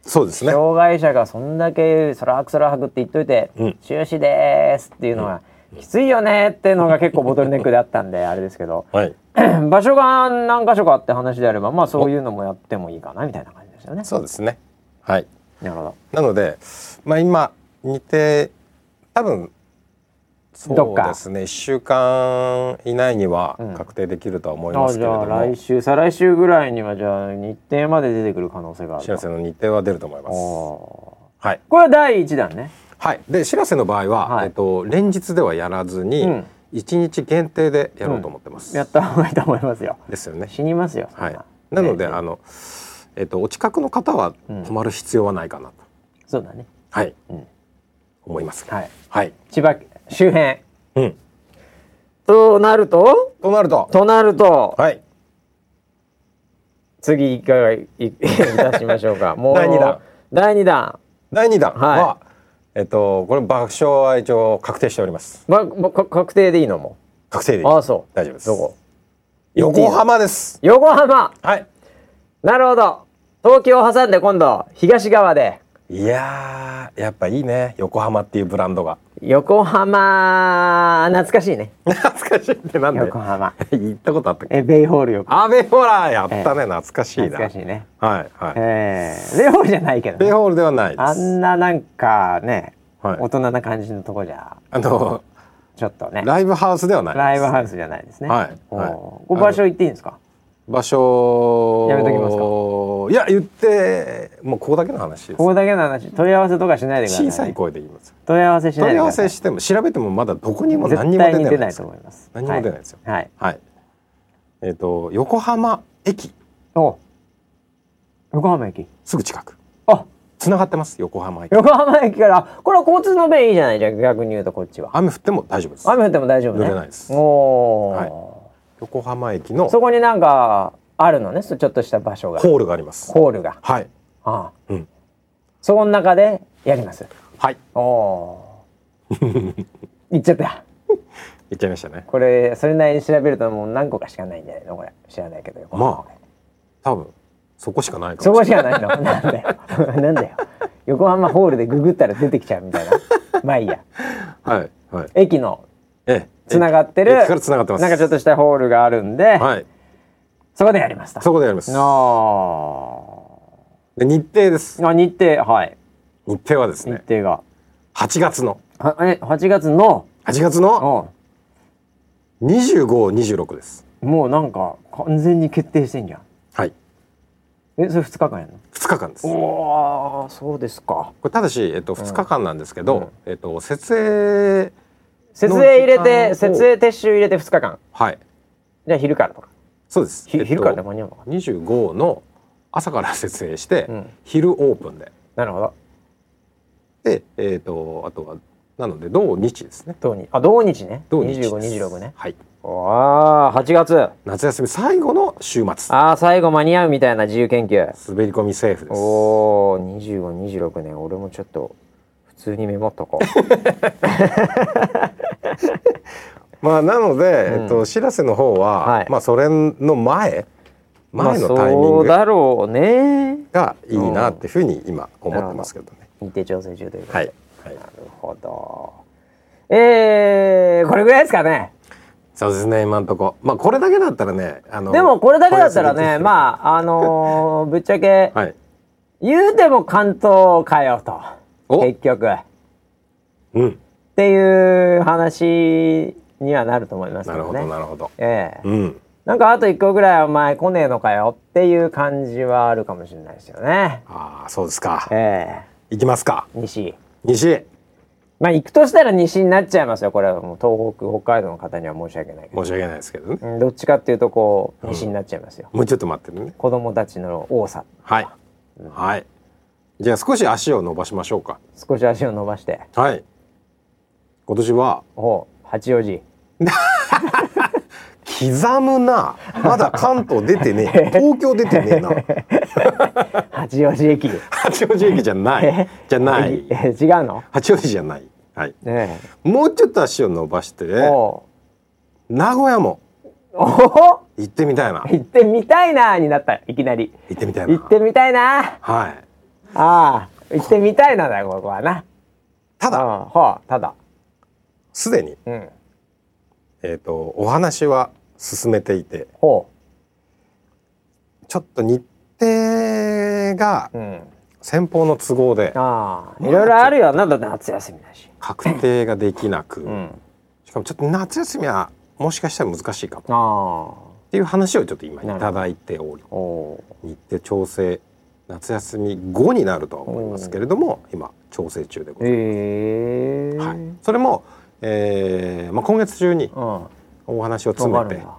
[SPEAKER 2] そうですね
[SPEAKER 1] 障害者がそんだけ「そらはくそらはく」って言っといて「
[SPEAKER 2] うん
[SPEAKER 1] 中止です」っていうのは、きついよねっていうのが結構ボトルネックであったんで あれですけど
[SPEAKER 2] はい
[SPEAKER 1] 場所が何箇所かって話であればまあそういうのもやってもいいかなみたいな感じですよね。
[SPEAKER 2] そうですねはい
[SPEAKER 1] なるほ
[SPEAKER 2] なのでまあ今似て多分
[SPEAKER 1] どっ
[SPEAKER 2] そう
[SPEAKER 1] か
[SPEAKER 2] ですね1週間以内には
[SPEAKER 1] うん
[SPEAKER 2] 確定できるとは思い
[SPEAKER 1] ど。
[SPEAKER 2] ま
[SPEAKER 1] あ
[SPEAKER 2] すけれ
[SPEAKER 1] じ
[SPEAKER 2] ど
[SPEAKER 1] ゃ
[SPEAKER 2] も、
[SPEAKER 1] あ来週再来週ぐらいにはじゃあ日程まで出てくる可能性がある
[SPEAKER 2] しらせ
[SPEAKER 1] の
[SPEAKER 2] の日程は出ると思いますはい
[SPEAKER 1] これは第一弾ね。
[SPEAKER 2] はい、でしらせの場合は、
[SPEAKER 1] はい
[SPEAKER 2] えっと、連日ではやらずに、
[SPEAKER 1] うん
[SPEAKER 2] 一1日限定でやろうと思ってます。
[SPEAKER 1] やった方がいいと思いますよ。
[SPEAKER 2] ですよね。
[SPEAKER 1] 死にますよ。そん
[SPEAKER 2] はい
[SPEAKER 1] な、
[SPEAKER 2] なので、
[SPEAKER 1] ね
[SPEAKER 2] あの、えっと、お近くの方は
[SPEAKER 1] うん
[SPEAKER 2] 泊まる必要はないかなと、
[SPEAKER 1] そうだね。
[SPEAKER 2] はい、
[SPEAKER 1] うん
[SPEAKER 2] 思います。
[SPEAKER 1] はい。
[SPEAKER 2] はい、
[SPEAKER 1] 千葉周辺
[SPEAKER 2] うん、
[SPEAKER 1] となると
[SPEAKER 2] となると、
[SPEAKER 1] となると、
[SPEAKER 2] はい、
[SPEAKER 1] 次いかがいいたしましょう か。もう
[SPEAKER 2] 第二弾。
[SPEAKER 1] 第二弾。
[SPEAKER 2] 第2弾は、
[SPEAKER 1] は
[SPEAKER 2] えっと、これ爆笑は一応確定しております。
[SPEAKER 1] ま、まか確定でいいのも。
[SPEAKER 2] 確定でいい
[SPEAKER 1] ああそう。
[SPEAKER 2] 大丈夫です
[SPEAKER 1] どこ？
[SPEAKER 2] 横浜です。
[SPEAKER 1] 横浜。
[SPEAKER 2] はい。
[SPEAKER 1] なるほど。東京を挟んで今度東側で
[SPEAKER 2] いやー、やっぱいいね、横浜っていうブランドが。
[SPEAKER 1] 横浜懐かしいね。
[SPEAKER 2] 懐かしいってなんで
[SPEAKER 1] 横浜。
[SPEAKER 2] 行ったことあったっけ
[SPEAKER 1] えベイホール横。
[SPEAKER 2] アベホラーやったね、懐かしいな。
[SPEAKER 1] 懐かしいね。
[SPEAKER 2] はいはい。
[SPEAKER 1] えー、ベイホールじゃないけど、
[SPEAKER 2] ベイ
[SPEAKER 1] ね。
[SPEAKER 2] ホールではないで
[SPEAKER 1] あ
[SPEAKER 2] す。
[SPEAKER 1] んななんかね、
[SPEAKER 2] はい
[SPEAKER 1] 大人な感じのとこじゃ
[SPEAKER 2] あの
[SPEAKER 1] ちょっとね。
[SPEAKER 2] ライブハウスではないです。
[SPEAKER 1] ライブハウスじゃないですね。
[SPEAKER 2] はい
[SPEAKER 1] お
[SPEAKER 2] はい
[SPEAKER 1] ーこれ場所行っていいんですか。
[SPEAKER 2] 場所
[SPEAKER 1] やめときます
[SPEAKER 2] いや言ってもうここだけの話です
[SPEAKER 1] こ。こだけの話、問い合わせとかしないでくださいね、
[SPEAKER 2] 小さい声で言います。
[SPEAKER 1] 問い合わせしない
[SPEAKER 2] 問
[SPEAKER 1] で
[SPEAKER 2] い
[SPEAKER 1] く
[SPEAKER 2] 合
[SPEAKER 1] だ
[SPEAKER 2] わ
[SPEAKER 1] さい
[SPEAKER 2] せしても調べてもまだどこにも何
[SPEAKER 1] 絶
[SPEAKER 2] にも
[SPEAKER 1] 対
[SPEAKER 2] 出
[SPEAKER 1] に
[SPEAKER 2] な
[SPEAKER 1] 出
[SPEAKER 2] いで
[SPEAKER 1] ない
[SPEAKER 2] す
[SPEAKER 1] と。思います
[SPEAKER 2] 何にも出ないですよ
[SPEAKER 1] はい、はい
[SPEAKER 2] はい。えっ、と横浜駅
[SPEAKER 1] お横浜駅
[SPEAKER 2] すぐ近く。
[SPEAKER 1] あ
[SPEAKER 2] つながってます横浜駅。
[SPEAKER 1] 横浜駅からあこれは交通の便いいじゃないじゃあ逆に言うとこっちは
[SPEAKER 2] 雨降っても大丈夫です。
[SPEAKER 1] 雨降っても大丈夫ね
[SPEAKER 2] 濡れないです
[SPEAKER 1] おおー、
[SPEAKER 2] 横浜駅の
[SPEAKER 1] そこになんかあるのねそちょっとした場所が
[SPEAKER 2] ホールがあります。
[SPEAKER 1] ホールが
[SPEAKER 2] はい。
[SPEAKER 1] ああ
[SPEAKER 2] うん。
[SPEAKER 1] そこの中でやります
[SPEAKER 2] はい。
[SPEAKER 1] おお ー言っちゃった
[SPEAKER 2] 行っちゃいましたね。
[SPEAKER 1] これそれなりに調べるともう何個かしかないんじゃないのこれ知らないけど横浜
[SPEAKER 2] まあ多分そこしかないか
[SPEAKER 1] そ
[SPEAKER 2] もし
[SPEAKER 1] こしかないの。 なんだよ。なんだよ。横浜ホールでググったら出てきちゃうみ たいな。まあいいや。
[SPEAKER 2] れない。はいはい。
[SPEAKER 1] 駅の
[SPEAKER 2] ええ。
[SPEAKER 1] つながってる。
[SPEAKER 2] 駅からつながってます。
[SPEAKER 1] なんかちょっとしたホールがあるんで、
[SPEAKER 2] はい。
[SPEAKER 1] そこでやりました。
[SPEAKER 2] そこでやります。
[SPEAKER 1] の
[SPEAKER 2] で日程です。
[SPEAKER 1] あ日程はい
[SPEAKER 2] 日程はです
[SPEAKER 1] 日
[SPEAKER 2] ね、
[SPEAKER 1] 程が、
[SPEAKER 2] 8月の
[SPEAKER 1] はえ8月の
[SPEAKER 2] 8月の
[SPEAKER 1] お
[SPEAKER 2] 25、26です。
[SPEAKER 1] もうなんか完全に決定してんじゃん。
[SPEAKER 2] はい。
[SPEAKER 1] えそれ2日間やんの？
[SPEAKER 2] 2日間です。こ
[SPEAKER 1] おおそうですか。
[SPEAKER 2] れただし、えっと2日間なんですけ
[SPEAKER 1] うん
[SPEAKER 2] ど、えっと設営
[SPEAKER 1] 設営入れて
[SPEAKER 2] の時間を
[SPEAKER 1] 設営撤収入れて2日間。
[SPEAKER 2] はい。
[SPEAKER 1] じゃあ昼からとか。
[SPEAKER 2] そうです。
[SPEAKER 1] ひ
[SPEAKER 2] えっと
[SPEAKER 1] 昼からで間に合うのかな。
[SPEAKER 2] 25の朝から設営して
[SPEAKER 1] うん、
[SPEAKER 2] 昼オープンで、
[SPEAKER 1] なるほど。
[SPEAKER 2] で、えっとあとはなので同日ですね。
[SPEAKER 1] 土日あ同日ね。
[SPEAKER 2] 同日です。
[SPEAKER 1] 25、26ね。
[SPEAKER 2] はい。
[SPEAKER 1] わあ8月
[SPEAKER 2] 夏休み最後の週末。
[SPEAKER 1] ああ最後間に合うみたいな自由研究
[SPEAKER 2] 滑り込みセーフです。
[SPEAKER 1] おお2526ね俺もちょっと普通にメモっとこう
[SPEAKER 2] まあな
[SPEAKER 1] う
[SPEAKER 2] ので、
[SPEAKER 1] ん
[SPEAKER 2] えっとしらせの方は、
[SPEAKER 1] はい
[SPEAKER 2] まあそれの前
[SPEAKER 1] まあ
[SPEAKER 2] 前のタイミン
[SPEAKER 1] そう
[SPEAKER 2] グが
[SPEAKER 1] だろうね
[SPEAKER 2] いいなっていうふうに今思ってますけどね。
[SPEAKER 1] 日程調整中ということで、
[SPEAKER 2] はい、はい、
[SPEAKER 1] なるほどえー、これぐらいですかね
[SPEAKER 2] そうですね今んとこ。まあこれだけだったらねあの
[SPEAKER 1] でもこれだけだったらね
[SPEAKER 2] あ
[SPEAKER 1] まああ のーぶっちゃけ
[SPEAKER 2] はい
[SPEAKER 1] 言うても関東かよと
[SPEAKER 2] お
[SPEAKER 1] 結局っ
[SPEAKER 2] うん
[SPEAKER 1] ていう話にはなると思いますけ
[SPEAKER 2] なる
[SPEAKER 1] ど
[SPEAKER 2] ほ
[SPEAKER 1] ね
[SPEAKER 2] どなるほど。
[SPEAKER 1] ええ
[SPEAKER 2] うん
[SPEAKER 1] なんかあと一個ぐらいお前来ねえのかよっていう感じはあるかもしれないですよね。
[SPEAKER 2] ああそうですか。
[SPEAKER 1] え
[SPEAKER 2] 行きますか
[SPEAKER 1] え西。
[SPEAKER 2] 西
[SPEAKER 1] まあ行くとしたら西になっちゃいますよ。これはもう東北、北海道の方には申し訳ないけど。
[SPEAKER 2] 申し訳ないですけどね。
[SPEAKER 1] うんどっちかっていうとこう、西になっちゃいますよ。
[SPEAKER 2] もうちょっと待ってるね。
[SPEAKER 1] 子供たちの多さ。
[SPEAKER 2] はいはい。じゃあ少し足を伸ばしましょうか。
[SPEAKER 1] 少し足を伸ばして。
[SPEAKER 2] はい。今年は
[SPEAKER 1] ほう、八王子。
[SPEAKER 2] 刻むなまだ関東出てね え東京出てねえな
[SPEAKER 1] 八王子駅。
[SPEAKER 2] 八王子駅じゃないじゃない
[SPEAKER 1] え違うの
[SPEAKER 2] 八王子じゃないはい、
[SPEAKER 1] ね
[SPEAKER 2] もうちょっと足を伸ばして
[SPEAKER 1] え。
[SPEAKER 2] ね
[SPEAKER 1] お
[SPEAKER 2] 名古屋も
[SPEAKER 1] うおお
[SPEAKER 2] 行ってみたいな
[SPEAKER 1] 行ってみたいなーになったいきなり
[SPEAKER 2] 行ってみたいな
[SPEAKER 1] 行ってみたいな
[SPEAKER 2] はい
[SPEAKER 1] ーあー行ってみたいなだよここはな
[SPEAKER 2] た
[SPEAKER 1] うん
[SPEAKER 2] だ
[SPEAKER 1] はあただ
[SPEAKER 2] すでに、
[SPEAKER 1] うん
[SPEAKER 2] えー、とお話は進めていて
[SPEAKER 1] ほ
[SPEAKER 2] ちょっと日程が
[SPEAKER 1] ううん
[SPEAKER 2] 先方の都合で
[SPEAKER 1] ああいろいろあるよなだって夏休みだし
[SPEAKER 2] 確定ができなく、
[SPEAKER 1] うん
[SPEAKER 2] しかもちょっと夏休みはもしかしたら難しいかもっ
[SPEAKER 1] あ
[SPEAKER 2] ていう話をちょっと今い
[SPEAKER 1] なるほど
[SPEAKER 2] ただいており
[SPEAKER 1] あおー
[SPEAKER 2] 日程調整夏休み後になるとは思いますけれども今調整中でございま
[SPEAKER 1] ええ
[SPEAKER 2] す、はい、それも、えーまあ、今月中に
[SPEAKER 1] うん
[SPEAKER 2] お話を
[SPEAKER 1] そう
[SPEAKER 2] 詰
[SPEAKER 1] な
[SPEAKER 2] め
[SPEAKER 1] るん
[SPEAKER 2] て
[SPEAKER 1] だは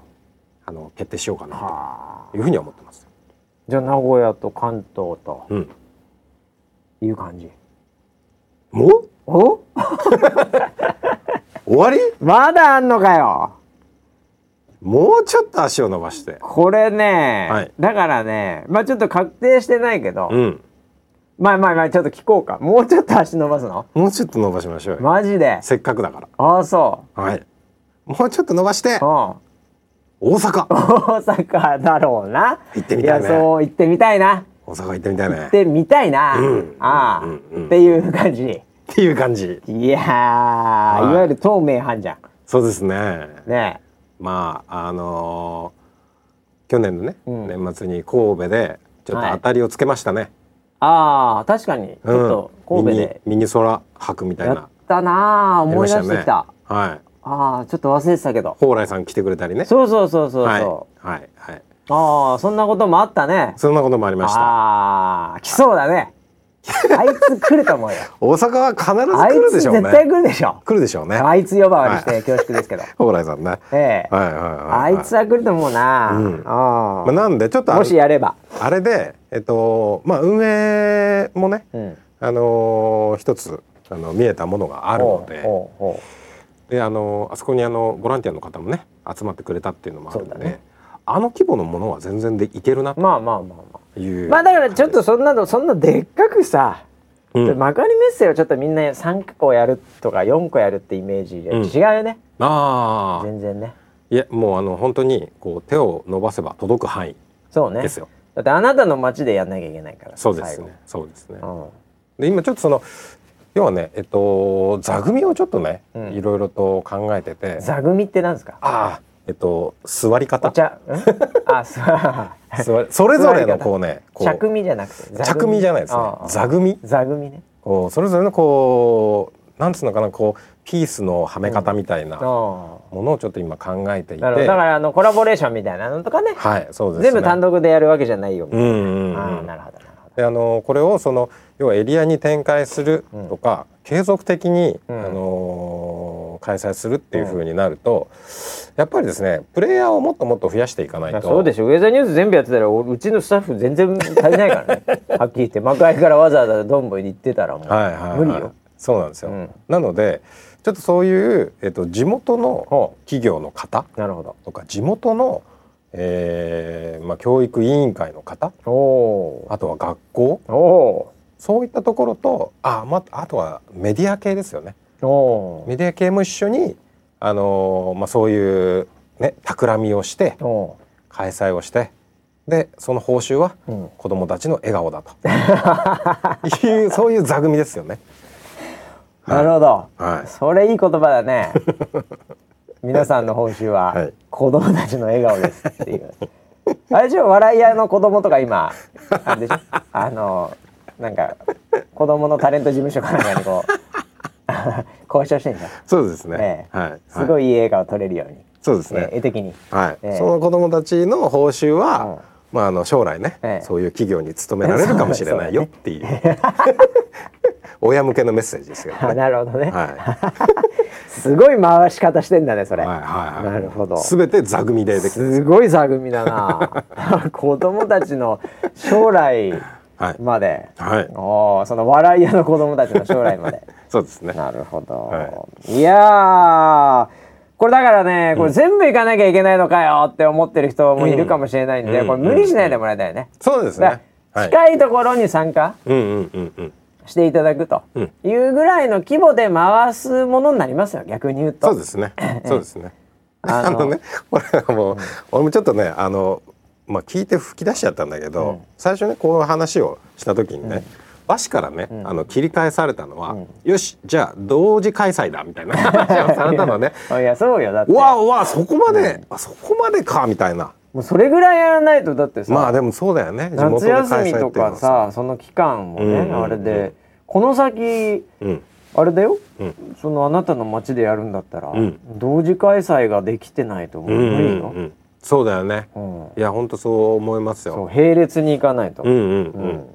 [SPEAKER 2] あの決定しようかな
[SPEAKER 1] あ
[SPEAKER 2] というふうには思ってます。
[SPEAKER 1] じゃあ名古屋と関東と
[SPEAKER 2] うん、
[SPEAKER 1] いう感じ
[SPEAKER 2] もう
[SPEAKER 1] お
[SPEAKER 2] 終わり
[SPEAKER 1] まだあんのかよ
[SPEAKER 2] もうちょっと足を伸ばして。
[SPEAKER 1] これね、
[SPEAKER 2] はい
[SPEAKER 1] だからねまあちょっと確定してないけど、
[SPEAKER 2] うん。
[SPEAKER 1] まあまあまあちょっと聞こうかもうちょっと足伸ばすの
[SPEAKER 2] もうちょっと伸ばしましょうよ。
[SPEAKER 1] マジで
[SPEAKER 2] せっかくだか
[SPEAKER 1] ああそ
[SPEAKER 2] ら。はい。もうちょっと伸ばして
[SPEAKER 1] う、うん、大
[SPEAKER 2] 大阪
[SPEAKER 1] 阪だろうな
[SPEAKER 2] 行ってみたいね
[SPEAKER 1] やそう行ってみたいな
[SPEAKER 2] 大阪行ってみたいね。
[SPEAKER 1] 行
[SPEAKER 2] っ
[SPEAKER 1] っててみたいな、
[SPEAKER 2] うん
[SPEAKER 1] ああ、
[SPEAKER 2] うんうん
[SPEAKER 1] っていう感じ
[SPEAKER 2] いう感じ。
[SPEAKER 1] いやー、
[SPEAKER 2] い
[SPEAKER 1] い、わゆる透明犯じゃ
[SPEAKER 2] そうですね。
[SPEAKER 1] んね
[SPEAKER 2] まああのー去年のね、
[SPEAKER 1] うん
[SPEAKER 2] 年末に神戸でちょっと当たりをつけましたね。
[SPEAKER 1] ああ確かにち
[SPEAKER 2] うん
[SPEAKER 1] ょっと神戸で
[SPEAKER 2] ミニミニソラ博みたい
[SPEAKER 1] や
[SPEAKER 2] な。
[SPEAKER 1] ったなあ
[SPEAKER 2] やり
[SPEAKER 1] 思
[SPEAKER 2] ま
[SPEAKER 1] い出
[SPEAKER 2] た
[SPEAKER 1] し
[SPEAKER 2] よ
[SPEAKER 1] て
[SPEAKER 2] ね
[SPEAKER 1] きた
[SPEAKER 2] はい。
[SPEAKER 1] ああちょっと忘れてたけど
[SPEAKER 2] 蓬莱さん来てくれたり ね。
[SPEAKER 1] そうそうそうそうそう、
[SPEAKER 2] はいはいはい。
[SPEAKER 1] ああそんなこともあったね
[SPEAKER 2] そんなこともありました。
[SPEAKER 1] ああ来そうだねあいつ来ると思うよ
[SPEAKER 2] 大阪は必ず
[SPEAKER 1] あい
[SPEAKER 2] 来るで
[SPEAKER 1] つ
[SPEAKER 2] しょう
[SPEAKER 1] 絶対
[SPEAKER 2] ね。
[SPEAKER 1] 来るでしょ
[SPEAKER 2] 来るでしょうね。
[SPEAKER 1] あいつ呼ばわりして恐縮ですけど、
[SPEAKER 2] 蓬莱さんね。 はい
[SPEAKER 1] ええ
[SPEAKER 2] はいはい、は
[SPEAKER 1] あいつは来ると思うな、
[SPEAKER 2] うん
[SPEAKER 1] あ
[SPEAKER 2] まあ、
[SPEAKER 1] あ
[SPEAKER 2] なんでちょっとあ
[SPEAKER 1] もし
[SPEAKER 2] れ
[SPEAKER 1] やれば、
[SPEAKER 2] あれでえっとまあ運営もね
[SPEAKER 1] うん、
[SPEAKER 2] あのー一つあの見えたものがあるので
[SPEAKER 1] ほうほうほ
[SPEAKER 2] であのーあそこにあのボランティアの方もね集まってくれたっていうのもある
[SPEAKER 1] そ
[SPEAKER 2] んで、
[SPEAKER 1] うだね
[SPEAKER 2] あの規模のものは全然でいけるな
[SPEAKER 1] う
[SPEAKER 2] と
[SPEAKER 1] まあまあまあまあ
[SPEAKER 2] いう
[SPEAKER 1] まあだからちょっとそんなのそんなでっかくさ、
[SPEAKER 2] うん
[SPEAKER 1] 幕張メッセをちょっとみんな3個やるとか4個やるってイメージで
[SPEAKER 2] うん
[SPEAKER 1] 違うよね、
[SPEAKER 2] ああ
[SPEAKER 1] 全然ね
[SPEAKER 2] いやもうあの本当にこう手を伸ばせば届く範囲
[SPEAKER 1] そうね
[SPEAKER 2] ですよ、
[SPEAKER 1] だってあなたの街でやんなきゃいけないから
[SPEAKER 2] そうですねそうですね
[SPEAKER 1] 最後
[SPEAKER 2] で今ちょっとその要はねえっと座組をちょっとね、
[SPEAKER 1] うん
[SPEAKER 2] いろいろと考えて
[SPEAKER 1] う
[SPEAKER 2] て
[SPEAKER 1] ん、座組ってなんですか
[SPEAKER 2] ああえっと座り
[SPEAKER 1] お
[SPEAKER 2] 方
[SPEAKER 1] 茶 んあそう
[SPEAKER 2] 座りそれぞれ
[SPEAKER 1] 座り
[SPEAKER 2] の
[SPEAKER 1] 方
[SPEAKER 2] こうねこ
[SPEAKER 1] 着
[SPEAKER 2] う
[SPEAKER 1] 身じゃなくて座組
[SPEAKER 2] 着身じゃないですね
[SPEAKER 1] ああ
[SPEAKER 2] 座組
[SPEAKER 1] 座組ね
[SPEAKER 2] こうそれぞれのこうなんつうのかなこうピースのはめ方みたいな
[SPEAKER 1] ああ
[SPEAKER 2] ものをちょっと今考えていて、
[SPEAKER 1] なるほどだからあのコラボレーションみたいなのとかね
[SPEAKER 2] はいそうですね
[SPEAKER 1] 全部単独でやるわけじゃないよ、
[SPEAKER 2] うんうんうん
[SPEAKER 1] ああなるほどなるほど
[SPEAKER 2] であのこれをその要はエリアに展開するとか、継続的に、
[SPEAKER 1] うん
[SPEAKER 2] あのー開催するっていう風になると、やっぱりですねプレイヤーをもっともっと増やしていかないと
[SPEAKER 1] そうでしょウェザーニュース全部やってたらおうちのスタッフ全然足りない からねはっきり言って幕張からわざわざどんぶりに行ってたらもう、
[SPEAKER 2] はいはいはい
[SPEAKER 1] 無理よ
[SPEAKER 2] そうなんですよ、
[SPEAKER 1] うん
[SPEAKER 2] なのでちょっとそういう、えっと地元の
[SPEAKER 1] ほ
[SPEAKER 2] 企業の方
[SPEAKER 1] なるほど
[SPEAKER 2] とか地元の、えーまあ、教育委員会の方
[SPEAKER 1] おお
[SPEAKER 2] あとは学校
[SPEAKER 1] ーお
[SPEAKER 2] そういったところとあ,、まあ、あとはメディア系ですよね
[SPEAKER 1] ーお
[SPEAKER 2] メディア系も一緒に、あのーまあ、そういう、ね、企みをして
[SPEAKER 1] ーお
[SPEAKER 2] 開催をしてでその報酬は
[SPEAKER 1] ーうん
[SPEAKER 2] 子どもたちの笑顔だと いうそういう座組ですよね。
[SPEAKER 1] なるほど、
[SPEAKER 2] はい
[SPEAKER 1] それいい言葉だ ね皆さんの報酬
[SPEAKER 2] は
[SPEAKER 1] はい子供たちの笑顔ですっていう、あれでしょ笑い屋の子供とか今あれでしょあのなんか子供のタレント事務所かなんかにこう 交渉してんじゃん
[SPEAKER 2] そうですね
[SPEAKER 1] え。え
[SPEAKER 2] はい。
[SPEAKER 1] すご
[SPEAKER 2] い。
[SPEAKER 1] いいい映画を撮れるように、
[SPEAKER 2] そうです
[SPEAKER 1] えー
[SPEAKER 2] ね。
[SPEAKER 1] 絵的に
[SPEAKER 2] はい、
[SPEAKER 1] ええ
[SPEAKER 2] その子どもたちの報酬は、まああの将来ね、
[SPEAKER 1] ええ
[SPEAKER 2] そういう企業に勤められるかもしれないよっていう親向けのメッセージですよね。
[SPEAKER 1] あなるほどね、
[SPEAKER 2] はい。は
[SPEAKER 1] すごい回し方してんだねそれ、
[SPEAKER 2] いはいはい。
[SPEAKER 1] なるほど
[SPEAKER 2] すべて座組でできてる。
[SPEAKER 1] すごい座組だ な子供たちの将来
[SPEAKER 2] はい
[SPEAKER 1] まで、
[SPEAKER 2] はい
[SPEAKER 1] おーその笑い屋の子供たちの将来 まで
[SPEAKER 2] そうですね。
[SPEAKER 1] なるほど、、
[SPEAKER 2] はい
[SPEAKER 1] やーこれだからねこれ全部行かなきゃいけないのかよって思ってる人もいるかもしれないんで、
[SPEAKER 2] うん
[SPEAKER 1] これ無理しないでもらいたいね、
[SPEAKER 2] そうです
[SPEAKER 1] だ
[SPEAKER 2] ね
[SPEAKER 1] か。ら
[SPEAKER 2] はい。
[SPEAKER 1] 近いところに参加、
[SPEAKER 2] うんうんうんうん。
[SPEAKER 1] していただくと
[SPEAKER 2] うん
[SPEAKER 1] いうぐらいの規模で回すものになりますよ逆に言うと。
[SPEAKER 2] そうですね。そうですね。
[SPEAKER 1] あ
[SPEAKER 2] あ
[SPEAKER 1] の
[SPEAKER 2] のね、俺はもう、俺もちょっとね、あの、まあ、聞いて吹き出しちゃったんだけど、
[SPEAKER 1] うん
[SPEAKER 2] 最初ね、こう話をした時にね。和紙からね、
[SPEAKER 1] ん
[SPEAKER 2] あの切り返されたのは、
[SPEAKER 1] うん
[SPEAKER 2] よしじゃあ同時開催だみ たいな話をされたのね
[SPEAKER 1] いやそうよだって
[SPEAKER 2] わあわあそこまで、あそこまでかみたいな
[SPEAKER 1] もうそれぐらいやらないとだってさ、
[SPEAKER 2] まあでもそうだよね地元
[SPEAKER 1] 夏
[SPEAKER 2] で
[SPEAKER 1] 休
[SPEAKER 2] 開
[SPEAKER 1] みと
[SPEAKER 2] 催っていうの
[SPEAKER 1] か
[SPEAKER 2] はさ
[SPEAKER 1] さその期間もね、
[SPEAKER 2] うんうんうん
[SPEAKER 1] あれでこの先
[SPEAKER 2] うん
[SPEAKER 1] あれだよ、
[SPEAKER 2] うん
[SPEAKER 1] そのあなたの町でやるんだったら、
[SPEAKER 2] うん
[SPEAKER 1] 同時開催ができてないともう
[SPEAKER 2] うん
[SPEAKER 1] 無
[SPEAKER 2] う
[SPEAKER 1] 理
[SPEAKER 2] ん
[SPEAKER 1] よ、
[SPEAKER 2] うんそうだよね
[SPEAKER 1] うん
[SPEAKER 2] いや本当そう思います
[SPEAKER 1] そう
[SPEAKER 2] よ
[SPEAKER 1] 並列に行かないと、
[SPEAKER 2] うんうん
[SPEAKER 1] う
[SPEAKER 2] うん、
[SPEAKER 1] ん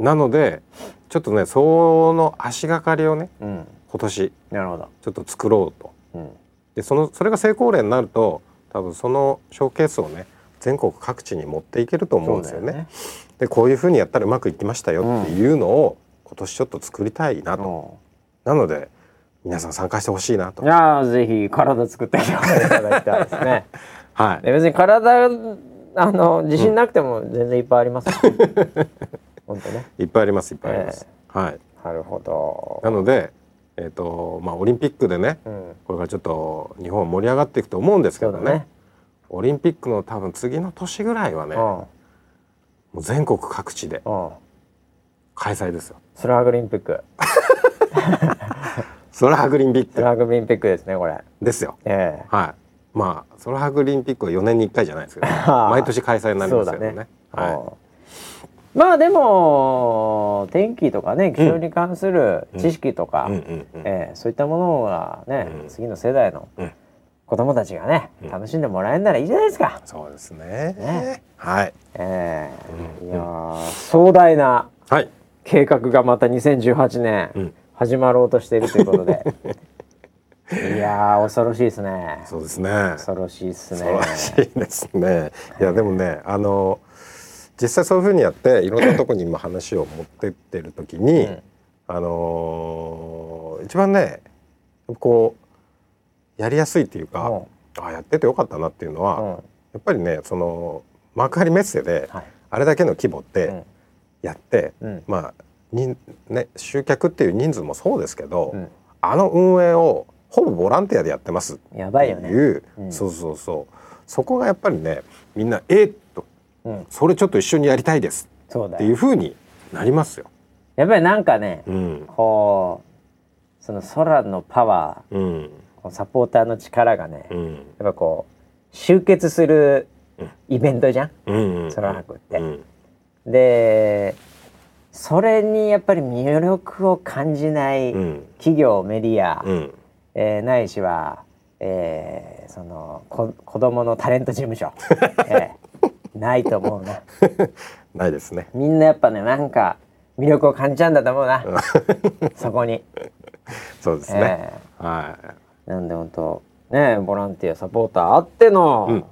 [SPEAKER 2] なのでちょっとねその足がかりをね
[SPEAKER 1] うん
[SPEAKER 2] 今年
[SPEAKER 1] なるほど、
[SPEAKER 2] ちょっと作ろうと
[SPEAKER 1] うん
[SPEAKER 2] でそのそれが成功例になると多分そのショーケースをね全国各地に持っていけると思うんですよね。でこういうふうにやったらうまくいきましたよっていうのを、今年ちょっと作りたい
[SPEAKER 1] そうだ
[SPEAKER 2] なと、
[SPEAKER 1] よね
[SPEAKER 2] なので皆さん参加してほしいな
[SPEAKER 1] う
[SPEAKER 2] と
[SPEAKER 1] んいやーぜひ体作ってきていただきたいです ね
[SPEAKER 2] はい
[SPEAKER 1] で別に体あの自信なくても全然いっぱいあります、 ほんとね
[SPEAKER 2] いっぱいありますいっぱいあります、はい
[SPEAKER 1] なるほど
[SPEAKER 2] なのでえっ、とまあオリンピックでね
[SPEAKER 1] うん
[SPEAKER 2] これからちょっと日本盛り上がっていくと思うんですけ
[SPEAKER 1] そ
[SPEAKER 2] ど
[SPEAKER 1] うだ
[SPEAKER 2] ね
[SPEAKER 1] ね
[SPEAKER 2] オリンピックの多分次の年ぐらいはね、
[SPEAKER 1] う
[SPEAKER 2] も
[SPEAKER 1] ん
[SPEAKER 2] う全国各地で
[SPEAKER 1] うん
[SPEAKER 2] 開催ですよ
[SPEAKER 1] スラーグリンピック
[SPEAKER 2] ソラハグリンピッ
[SPEAKER 1] ス
[SPEAKER 2] ク
[SPEAKER 1] ラーグリンピックですねこれ
[SPEAKER 2] ですよ
[SPEAKER 1] ええ
[SPEAKER 2] はいまあソラハグリンピックは4年に1回じゃないですけど 毎年開催になりますけどねは
[SPEAKER 1] うんまあでも天気とかね気象に関する知識とか、
[SPEAKER 2] い、うんうんうん
[SPEAKER 1] ええそういったものがね、
[SPEAKER 2] うん
[SPEAKER 1] 次の世代の
[SPEAKER 2] うん
[SPEAKER 1] 子供たちがね、
[SPEAKER 2] うん
[SPEAKER 1] 楽しんでもらえるならいいじゃないですか。
[SPEAKER 2] そうですね
[SPEAKER 1] ね
[SPEAKER 2] はい
[SPEAKER 1] ええ
[SPEAKER 2] うん
[SPEAKER 1] いやー壮大な
[SPEAKER 2] はい
[SPEAKER 1] 計画がまた2018年、
[SPEAKER 2] うん
[SPEAKER 1] 始まろうとしているということ でいやー恐ろしいですね
[SPEAKER 2] そうですね
[SPEAKER 1] 恐ろしいです
[SPEAKER 2] 素晴
[SPEAKER 1] ね
[SPEAKER 2] らしいですね。いやでもね、あの実際そういうふうにやっていろんなとこに今話を持ってってる時に、
[SPEAKER 1] うん
[SPEAKER 2] あのー一番ねこうやりやすいっていうか、
[SPEAKER 1] うん
[SPEAKER 2] あやっててよかったなっていうのは、
[SPEAKER 1] う
[SPEAKER 2] や
[SPEAKER 1] ん
[SPEAKER 2] っぱりねその幕張メッセで
[SPEAKER 1] はい
[SPEAKER 2] あれだけの規模
[SPEAKER 1] う
[SPEAKER 2] で
[SPEAKER 1] ん
[SPEAKER 2] やって、
[SPEAKER 1] うん
[SPEAKER 2] まあにね集客っていう人数もそうですけど、
[SPEAKER 1] うん
[SPEAKER 2] あの運営をほぼボランティアでやってます
[SPEAKER 1] や
[SPEAKER 2] っ
[SPEAKER 1] ばい
[SPEAKER 2] てい
[SPEAKER 1] よね
[SPEAKER 2] う、
[SPEAKER 1] うん
[SPEAKER 2] そうそうそうそこがやっぱりねみんな「えっと
[SPEAKER 1] うん
[SPEAKER 2] それちょっと一緒にやりたいです」
[SPEAKER 1] そうだ
[SPEAKER 2] ってい
[SPEAKER 1] よ
[SPEAKER 2] うふうになりますよ。
[SPEAKER 1] やっぱりなんかね、
[SPEAKER 2] うん
[SPEAKER 1] こうその空のパワ
[SPEAKER 2] うん
[SPEAKER 1] ーこのサポーターの力がね、
[SPEAKER 2] う
[SPEAKER 1] やっ
[SPEAKER 2] ん
[SPEAKER 1] ぱこう集結するイベントじゃん、
[SPEAKER 2] うん
[SPEAKER 1] ソラハクって
[SPEAKER 2] うん
[SPEAKER 1] でそれにやっぱり魅力を感じない
[SPEAKER 2] うん
[SPEAKER 1] 企業メディア、
[SPEAKER 2] うん
[SPEAKER 1] えーないしは、えーそのこ子供のタレント事 務所、えーないと思うな
[SPEAKER 2] ないですね。
[SPEAKER 1] みんなやっぱねなんか魅力を感じちゃうんだと思うなそこ に、
[SPEAKER 2] そうですね。
[SPEAKER 1] え
[SPEAKER 2] は
[SPEAKER 1] ーなんで本当ねボランティアサポーターあっての、
[SPEAKER 2] うん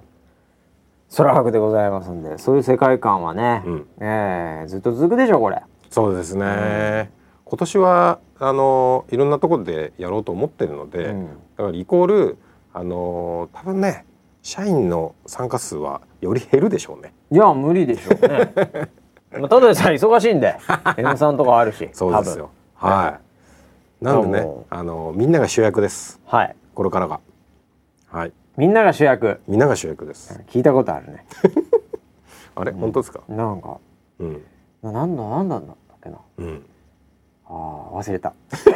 [SPEAKER 1] 空白でございますんでそういう世界観はね、
[SPEAKER 2] うん
[SPEAKER 1] えーずっと続くでしょこれ
[SPEAKER 2] いそうですね。今年はあのいろんなところでやろうと思ってるので、
[SPEAKER 1] うん
[SPEAKER 2] だからイコールあの多分ね社員の参加数はより減るでしょうね。
[SPEAKER 1] いや無理でしょうね まあただでさえ忙しいんで N3 とかあるし
[SPEAKER 2] そうですよ。はい。なんで
[SPEAKER 1] あ
[SPEAKER 2] ね
[SPEAKER 1] も、
[SPEAKER 2] あのみんなが主役です。
[SPEAKER 1] 多分はい
[SPEAKER 2] これからが。はい。
[SPEAKER 1] みんなが主役
[SPEAKER 2] みんなが主役です。
[SPEAKER 1] 聞いたことあるね
[SPEAKER 2] あれ、本当ですか。
[SPEAKER 1] なんか
[SPEAKER 2] うん。
[SPEAKER 1] ななんだなんだなんだっけな
[SPEAKER 2] うん。
[SPEAKER 1] あー忘れた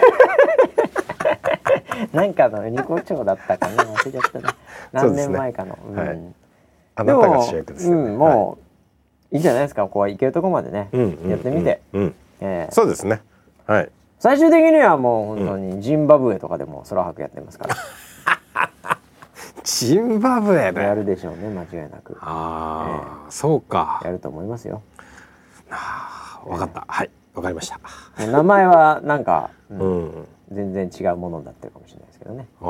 [SPEAKER 1] なんかのニコ町だったかな忘れちゃったな
[SPEAKER 2] そう
[SPEAKER 1] 何
[SPEAKER 2] です
[SPEAKER 1] 年
[SPEAKER 2] ね
[SPEAKER 1] 前かのう,、
[SPEAKER 2] はい
[SPEAKER 1] ん
[SPEAKER 2] あ
[SPEAKER 1] で
[SPEAKER 2] なたが
[SPEAKER 1] も
[SPEAKER 2] 主役です
[SPEAKER 1] う
[SPEAKER 2] よ、ね。
[SPEAKER 1] んもう、い、いんじゃないですかここは行けるとこまでね、
[SPEAKER 2] はいうんうん
[SPEAKER 1] やってみて、。
[SPEAKER 2] うんうん。
[SPEAKER 1] ええ
[SPEAKER 2] そうですね。はい。
[SPEAKER 1] 最終的にはもう本当にジンバブエとかでも空白やってますから、
[SPEAKER 2] ジンバブエ
[SPEAKER 1] や
[SPEAKER 2] ね。
[SPEAKER 1] るでしょうね間違いなく
[SPEAKER 2] ああ、そうか
[SPEAKER 1] や。ると思いますよ
[SPEAKER 2] あーわかった。はい。わかりました。
[SPEAKER 1] もう名前はなんか、うん
[SPEAKER 2] うん。
[SPEAKER 1] 全然違うものになってるかもしれないですけどね
[SPEAKER 2] ああ、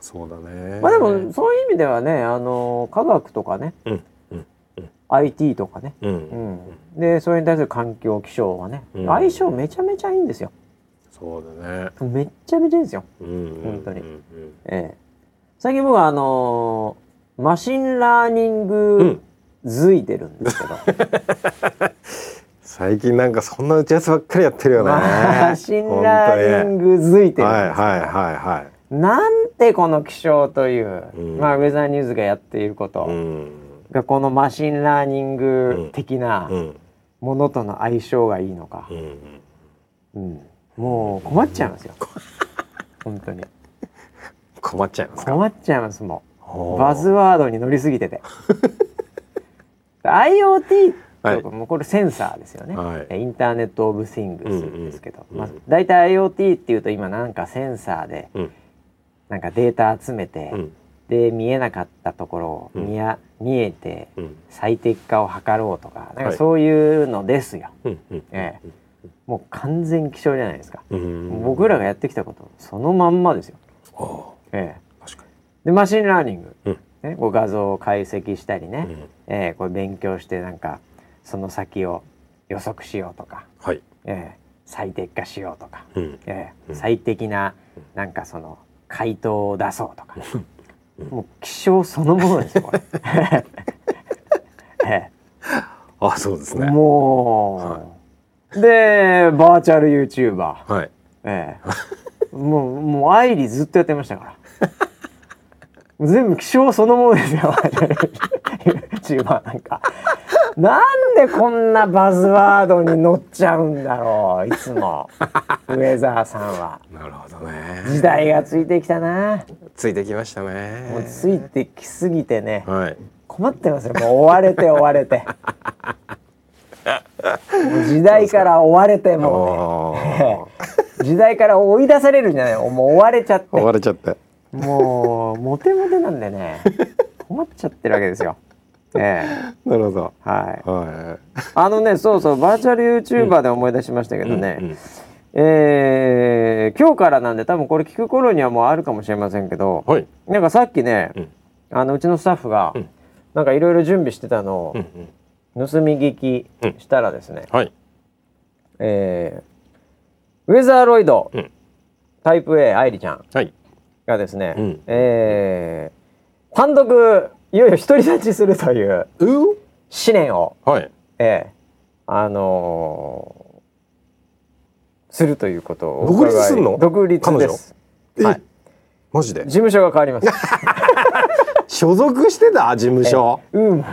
[SPEAKER 2] そうだね。
[SPEAKER 1] まあでもそういう意味ではねあの科学とかね
[SPEAKER 2] うん。うん。
[SPEAKER 1] IT とかね
[SPEAKER 2] う。
[SPEAKER 1] うんん、でそれに対する環境気象はね、
[SPEAKER 2] うん
[SPEAKER 1] 相性めちゃめちゃいいんですよ
[SPEAKER 2] そうだね。
[SPEAKER 1] めっちゃめちゃいいんですよ、
[SPEAKER 2] うん。
[SPEAKER 1] 本当に
[SPEAKER 2] うんうん
[SPEAKER 1] ええ最近僕はあのーマシンラーニン
[SPEAKER 2] う
[SPEAKER 1] グ
[SPEAKER 2] ん。
[SPEAKER 1] づいてるんですけど、
[SPEAKER 2] 最近なんかそんな打ち合わせばっかりやってるよね。
[SPEAKER 1] マシンラーニン
[SPEAKER 2] グ。
[SPEAKER 1] グづいてる、
[SPEAKER 2] はいはいはいは
[SPEAKER 1] なんてこの気象という、
[SPEAKER 2] うん
[SPEAKER 1] まあウェザーニューズがやっていること、
[SPEAKER 2] い。うん。
[SPEAKER 1] がこのマシンラーニング的な
[SPEAKER 2] うん。
[SPEAKER 1] ものとの相性がいいのか
[SPEAKER 2] う、ん。
[SPEAKER 1] うんもう困っちゃいます よ本当に
[SPEAKER 2] 困っちゃいますか。
[SPEAKER 1] 困っちゃいますもう
[SPEAKER 2] おー
[SPEAKER 1] バズワードに乗りすぎてて IoT
[SPEAKER 2] はい
[SPEAKER 1] とかもうこれセンサーですよね、
[SPEAKER 2] はい
[SPEAKER 1] インターネット・オブ・シングスですけど、
[SPEAKER 2] うんうん
[SPEAKER 1] まあ、大体 IoT っていうと今なんかセンサーで
[SPEAKER 2] うん。
[SPEAKER 1] なんかデータ集めて、
[SPEAKER 2] うん。
[SPEAKER 1] で見えなかったところを
[SPEAKER 2] うん
[SPEAKER 1] 見や、見えて
[SPEAKER 2] うん。
[SPEAKER 1] 最適化を図ろうとかなん
[SPEAKER 2] は
[SPEAKER 1] か
[SPEAKER 2] い
[SPEAKER 1] そういうのですよ、
[SPEAKER 2] うん。うん。
[SPEAKER 1] ええもう完全気象じゃないですか、
[SPEAKER 2] うん。
[SPEAKER 1] 僕らがやってきたことそのまんまですよ、
[SPEAKER 2] あー。
[SPEAKER 1] ええ、
[SPEAKER 2] 確か
[SPEAKER 1] でマシンラーニング、
[SPEAKER 2] うん
[SPEAKER 1] ね、こう画像を解析したりね、
[SPEAKER 2] に。うん。
[SPEAKER 1] ええこれ勉強してなんかその先を予測しようとか、
[SPEAKER 2] はい。
[SPEAKER 1] ええ、最適化しようとか、
[SPEAKER 2] うん。
[SPEAKER 1] ええ
[SPEAKER 2] うん
[SPEAKER 1] 最適ななんかその回答を出そうとか、
[SPEAKER 2] うん
[SPEAKER 1] もう気象そのものですよこれ、 え
[SPEAKER 2] あ、そうです
[SPEAKER 1] え、
[SPEAKER 2] ね。
[SPEAKER 1] もう、でバーチャル YouTuber
[SPEAKER 2] はい。
[SPEAKER 1] ええ、 もうもうアイリずっとやってましたから もう全部気象そのものですよ YouTuber なんかなんでこんなバズワードに乗っちゃうんだろういつもウェザーさんは
[SPEAKER 2] なるほどね。
[SPEAKER 1] 時代がついてきたな
[SPEAKER 2] ついてきました
[SPEAKER 1] もう
[SPEAKER 2] ね。
[SPEAKER 1] ついてきすぎてね
[SPEAKER 2] はい。
[SPEAKER 1] 困ってますよもう追われて追われてもう時代から追われてもう ね
[SPEAKER 2] あ
[SPEAKER 1] 時代から追い出されるんじゃないもう追われちゃって
[SPEAKER 2] あ。追われちゃって。
[SPEAKER 1] もうモテモテなんで ね困っちゃってるわけですよ。ええ
[SPEAKER 2] なるほど。
[SPEAKER 1] はい、
[SPEAKER 2] は
[SPEAKER 1] あのねそうそうバーチャル YouTuber で思い出しましたけ
[SPEAKER 2] い。
[SPEAKER 1] どね、
[SPEAKER 2] うん
[SPEAKER 1] えー今日からなんで多分これ聞く頃にはもうあるかもしれませんけど、
[SPEAKER 2] はい。
[SPEAKER 1] なんかさっきね、
[SPEAKER 2] うん
[SPEAKER 1] あのうちのスタッフが、
[SPEAKER 2] うん
[SPEAKER 1] なんかいろいろ準備してたの
[SPEAKER 2] うんうん。
[SPEAKER 1] を盗み聞きしたらですね、
[SPEAKER 2] はい。
[SPEAKER 1] えーウェザーロイド、
[SPEAKER 2] うん
[SPEAKER 1] タイプ A 愛梨ちゃん
[SPEAKER 2] はい。
[SPEAKER 1] がですね、
[SPEAKER 2] うん
[SPEAKER 1] えー単独いよいよ独り立ちするという
[SPEAKER 2] う
[SPEAKER 1] 思念を、
[SPEAKER 2] はい。
[SPEAKER 1] えーあのーするということを
[SPEAKER 2] 独立すんの
[SPEAKER 1] 独立ですはい
[SPEAKER 2] えマジで
[SPEAKER 1] 事務所が変わります
[SPEAKER 2] 所属してた事務所。
[SPEAKER 1] ウームが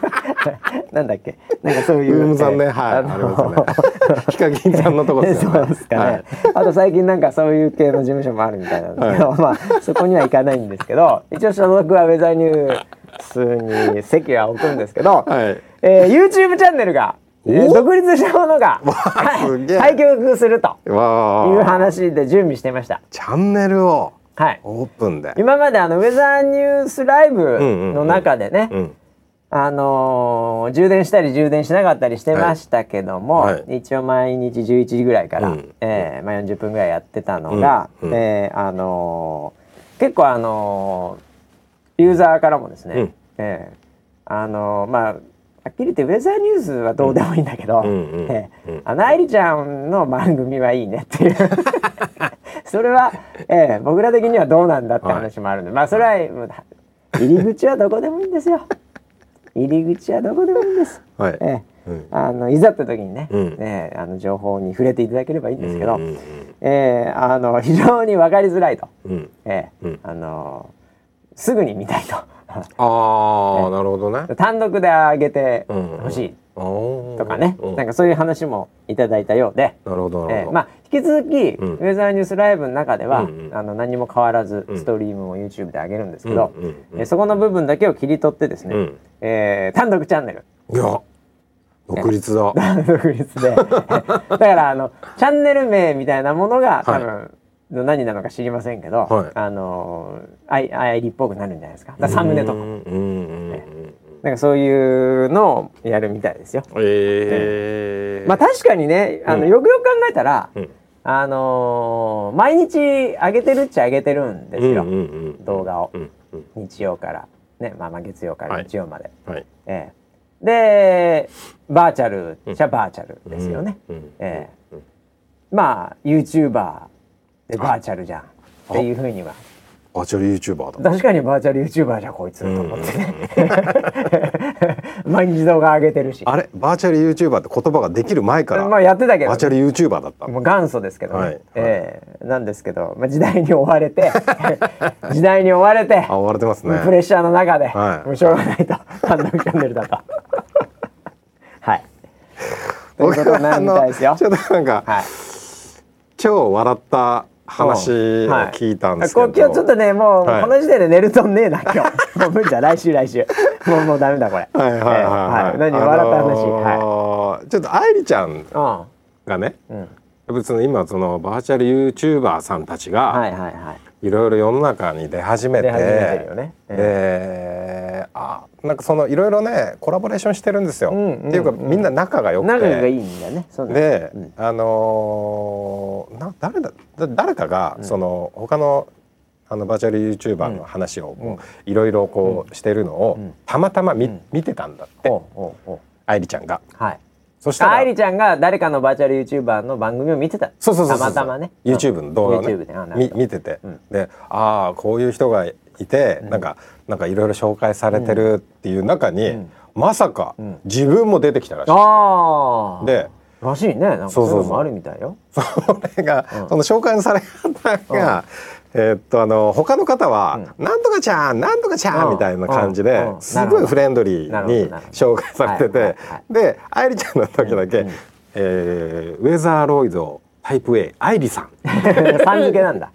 [SPEAKER 1] なんだっけなんかそういう
[SPEAKER 2] ウームさんね、
[SPEAKER 1] えー
[SPEAKER 2] はい、あ
[SPEAKER 1] の
[SPEAKER 2] り ますね。ヒカキンさんのとこですよね。
[SPEAKER 1] そうですかね、
[SPEAKER 2] はい
[SPEAKER 1] あと最近なんかそういう系の事務所もあるみたいなんですけど、まあそこには行かないんですけど一応所属はウェザーニュースに席は置くんですけど、
[SPEAKER 2] はい
[SPEAKER 1] えー YouTube チャンネルが、えー
[SPEAKER 2] お
[SPEAKER 1] 独立したものが
[SPEAKER 2] わあすげえ
[SPEAKER 1] 開局するとい
[SPEAKER 2] わ
[SPEAKER 1] う
[SPEAKER 2] あ、
[SPEAKER 1] 話で準備してました。
[SPEAKER 2] チャンネルを
[SPEAKER 1] はい
[SPEAKER 2] オープンで。
[SPEAKER 1] 今まであのウェザーニュースライブの中でね、
[SPEAKER 2] うん。
[SPEAKER 1] あのー充電したり充電しなかったりしてましたけども、
[SPEAKER 2] はいは
[SPEAKER 1] 一応毎日11時ぐらいから、
[SPEAKER 2] うん
[SPEAKER 1] えーまあ、40分ぐらいやってたのが、
[SPEAKER 2] うんうん
[SPEAKER 1] えーあのー結構あのーユーザーからもですね、
[SPEAKER 2] うん
[SPEAKER 1] えーあのーまあはっきり言ってウェザーニュースはどうでもいいんだけど、
[SPEAKER 2] うんうん
[SPEAKER 1] えー
[SPEAKER 2] うん
[SPEAKER 1] あの愛理ちゃんの番組はいいねっ ていうそれは、えー僕ら的にはどうなんだって話もあるんで、まあそれはもう入り口はどこでもいいんですよ。入り口はどこでもいいんです。
[SPEAKER 2] はい。
[SPEAKER 1] ええ
[SPEAKER 2] うん
[SPEAKER 1] あのいざって時にね、
[SPEAKER 2] うん
[SPEAKER 1] ええあの情報に触れていただければいいんですけど、
[SPEAKER 2] うんうん
[SPEAKER 1] ええあの非常に分かりづらいと、
[SPEAKER 2] うんうん。
[SPEAKER 1] ええ
[SPEAKER 2] うん
[SPEAKER 1] あのすぐに見たいと
[SPEAKER 2] ああ、なるほどね。
[SPEAKER 1] 単独で上げて
[SPEAKER 2] うんうん
[SPEAKER 1] ほしい
[SPEAKER 2] おー
[SPEAKER 1] とかね、
[SPEAKER 2] うん
[SPEAKER 1] なんかそういう話もいただいたようで。
[SPEAKER 2] なるほどなる
[SPEAKER 1] え
[SPEAKER 2] ほ
[SPEAKER 1] え
[SPEAKER 2] ど。
[SPEAKER 1] まあ引き続き、
[SPEAKER 2] ん
[SPEAKER 1] ウェザーニュースライブの中では、
[SPEAKER 2] うんうん
[SPEAKER 1] あの何も変わらず
[SPEAKER 2] ん
[SPEAKER 1] ストリームも YouTube で上げるんですけど、
[SPEAKER 2] うんうんうん
[SPEAKER 1] えそこの部分だけを切り取ってですね、
[SPEAKER 2] うん
[SPEAKER 1] えー単独チャンネル
[SPEAKER 2] いや、独立だ。
[SPEAKER 1] 独立で だからあのチャンネル名みたいなものが多分、何なのか知りませんけど、
[SPEAKER 2] はい
[SPEAKER 1] あのあいあいりっぽくなるんじゃないですかだからサムネと
[SPEAKER 2] う
[SPEAKER 1] か
[SPEAKER 2] んうんうんうん。
[SPEAKER 1] なんかそういうのをやるみたいですよ。
[SPEAKER 2] ええ。
[SPEAKER 1] まあ確かにねあの、
[SPEAKER 2] うん
[SPEAKER 1] よくよく考えたら、
[SPEAKER 2] うん
[SPEAKER 1] あのー毎日上げてるっちゃ上げてるんですよ、
[SPEAKER 2] うんうんうん
[SPEAKER 1] 動画を
[SPEAKER 2] う、んうん
[SPEAKER 1] 日曜から、ねまあ、まあ月曜から日曜まで、
[SPEAKER 2] はい。
[SPEAKER 1] ええでバーチャルじゃバーチャルですよね、
[SPEAKER 2] うんうん
[SPEAKER 1] ええまあ YouTuber でバーチャルじゃんっていうふうには
[SPEAKER 2] バーチャルユーチューバーだ。
[SPEAKER 1] 確かにバーチャル YouTuber じゃんこいつと思ってね、 毎日動画上げてるし
[SPEAKER 2] あれバーチャル YouTuber って言葉ができる前から
[SPEAKER 1] まあ
[SPEAKER 2] バ
[SPEAKER 1] やってたけど
[SPEAKER 2] ーチャル YouTuber だった
[SPEAKER 1] もう元祖ですけどね、
[SPEAKER 2] はいはい
[SPEAKER 1] ええなんですけど、まあ、時代に追われ て時代に追われて
[SPEAKER 2] あ追われてますね
[SPEAKER 1] プレッシャーの中で、
[SPEAKER 2] はい
[SPEAKER 1] もうしょうがないと単独チャンネルだと はいということになるみたいですよ
[SPEAKER 2] ちょっとなんか、
[SPEAKER 1] はい
[SPEAKER 2] 超笑った話を
[SPEAKER 1] うんはい
[SPEAKER 2] 聞いたんですけど、
[SPEAKER 1] こう今日ちょっとねもう、
[SPEAKER 2] はい
[SPEAKER 1] この時点で寝るとんねえな今 日もう無理だ来週来週もうもうダメだこれ
[SPEAKER 2] はいはいはいはい、
[SPEAKER 1] ええ何笑った話、
[SPEAKER 2] あのーちょっと愛理ちゃん
[SPEAKER 1] はい
[SPEAKER 2] がね、
[SPEAKER 1] うんうん
[SPEAKER 2] 別に今そのバーチャル YouTuber さんたち
[SPEAKER 1] は
[SPEAKER 2] が
[SPEAKER 1] いはいはい
[SPEAKER 2] いろいろ世の中に出始めて、
[SPEAKER 1] 出始めてるよねえ
[SPEAKER 2] であなんかそのいろいろねコラボレーションしてるんですよ、
[SPEAKER 1] んうんうん
[SPEAKER 2] っていうかみんな仲が良くて
[SPEAKER 1] 仲がいいんだよねそうだね
[SPEAKER 2] で、
[SPEAKER 1] うん
[SPEAKER 2] あのーな誰だだ誰かが、その他のあのバーチャルユーチューバーの話をこういろいろこうしてるのを、たまたま見,、見てたんだって
[SPEAKER 1] おうおうおう
[SPEAKER 2] 愛理ちゃんが。
[SPEAKER 1] はい
[SPEAKER 2] そしたら
[SPEAKER 1] 愛理ちゃんが誰かのバーチャル YouTuber の番組を見てた
[SPEAKER 2] そうそうそうそう
[SPEAKER 1] たまたまね
[SPEAKER 2] YouTube の動画をね、
[SPEAKER 1] YouTube であなる
[SPEAKER 2] み
[SPEAKER 1] ほど
[SPEAKER 2] 見てて、でああこういう人がいて、なんかなんかいろいろ紹介されてるっていう中に、まさか自分も出てきたらしい、
[SPEAKER 1] ああ
[SPEAKER 2] で
[SPEAKER 1] らしいねなんかそういう
[SPEAKER 2] そ
[SPEAKER 1] の
[SPEAKER 2] うそうそう
[SPEAKER 1] もあるみたいよ
[SPEAKER 2] それが、その紹介のされ方が、えーっとあの他の方は、なんとかちゃんなんとかちゃん」
[SPEAKER 1] うん
[SPEAKER 2] みたいな感じで、
[SPEAKER 1] うんうん
[SPEAKER 2] すごいフレンドリ
[SPEAKER 1] な
[SPEAKER 2] ー
[SPEAKER 1] るほど
[SPEAKER 2] に
[SPEAKER 1] なるほ
[SPEAKER 2] 紹介されてて、
[SPEAKER 1] はいはいはい
[SPEAKER 2] で愛理ちゃんの時だけ、えーウェザーロイドタイプ A 愛理さん」
[SPEAKER 1] さん付けなんだ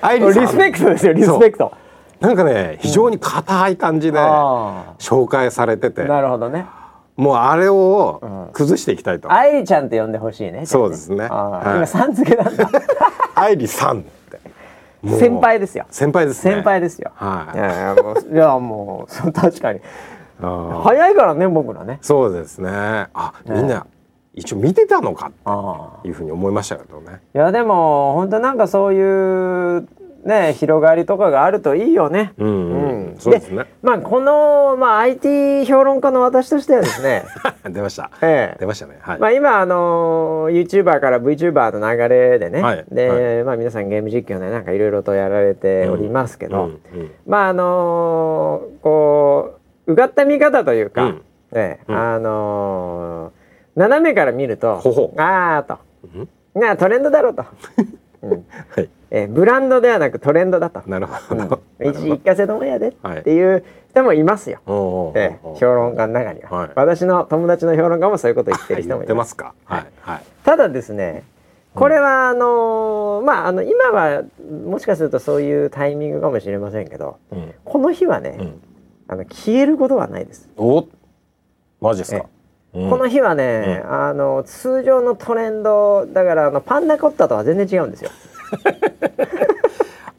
[SPEAKER 2] 愛理
[SPEAKER 1] リ
[SPEAKER 2] さん
[SPEAKER 1] スペクトですよリスペクト
[SPEAKER 2] なんかね非常に硬い感じで
[SPEAKER 1] あ
[SPEAKER 2] 紹介されてて、
[SPEAKER 1] あなるほどね
[SPEAKER 2] もうあれを崩していきたいと、
[SPEAKER 1] 愛理ちゃんって呼んでほしいね
[SPEAKER 2] そうですね
[SPEAKER 1] ああ、
[SPEAKER 2] はい
[SPEAKER 1] 今さん付けなんだ
[SPEAKER 2] 愛理さんってもう
[SPEAKER 1] 先輩ですよ
[SPEAKER 2] 先輩ですね
[SPEAKER 1] 先輩ですよ
[SPEAKER 2] はい
[SPEAKER 1] いやいやもういやもうそう確かに
[SPEAKER 2] あー
[SPEAKER 1] 早いからね僕らね
[SPEAKER 2] そうですねあみんな一応見てたのか
[SPEAKER 1] ああ
[SPEAKER 2] っていうふうに思いましたけどね
[SPEAKER 1] いやでも本当なんかそういうね広がりとかがあるといいよね。
[SPEAKER 2] うんうん
[SPEAKER 1] ん
[SPEAKER 2] そうですね
[SPEAKER 1] まあこのまあ IT 評論家の私としてはですね、
[SPEAKER 2] 出ました
[SPEAKER 1] ええ
[SPEAKER 2] 出ましたねはい、
[SPEAKER 1] まあ今あの YouTuber から VTuber の流れでね、
[SPEAKER 2] はい
[SPEAKER 1] で、
[SPEAKER 2] は
[SPEAKER 1] まあ皆さんゲーム実況ねなんかいろいろとやられておりますけど、
[SPEAKER 2] うんうん
[SPEAKER 1] まああのこううがった見方というか、
[SPEAKER 2] うん
[SPEAKER 1] ええ
[SPEAKER 2] うん
[SPEAKER 1] あの斜めから見ると、
[SPEAKER 2] ほほ
[SPEAKER 1] ああと、
[SPEAKER 2] うん
[SPEAKER 1] なあトレンドだろう と。うん
[SPEAKER 2] はい
[SPEAKER 1] えーブランドではなくトレンドだと、
[SPEAKER 2] なるほ
[SPEAKER 1] うん
[SPEAKER 2] ど、なるほ
[SPEAKER 1] 一一過性のもんやで
[SPEAKER 2] はい
[SPEAKER 1] っていう人もいますよ、
[SPEAKER 2] どおーおー
[SPEAKER 1] えー
[SPEAKER 2] おー
[SPEAKER 1] 評論家の中には、
[SPEAKER 2] はい
[SPEAKER 1] 私の友達の評論家もそういうこと言ってる人
[SPEAKER 2] 言
[SPEAKER 1] も
[SPEAKER 2] っ
[SPEAKER 1] い
[SPEAKER 2] て
[SPEAKER 1] ま
[SPEAKER 2] ますすかはいはい
[SPEAKER 1] ただですねこれはあのーまああの今はもしかするとそういうタイミングかもしれませんけど
[SPEAKER 2] うん
[SPEAKER 1] この日はね、
[SPEAKER 2] うん
[SPEAKER 1] あの消えることはないです、
[SPEAKER 2] おマジですか、うん
[SPEAKER 1] この日はね、あの通常のトレンドだからあのパンナコッタとは全然違うんですよ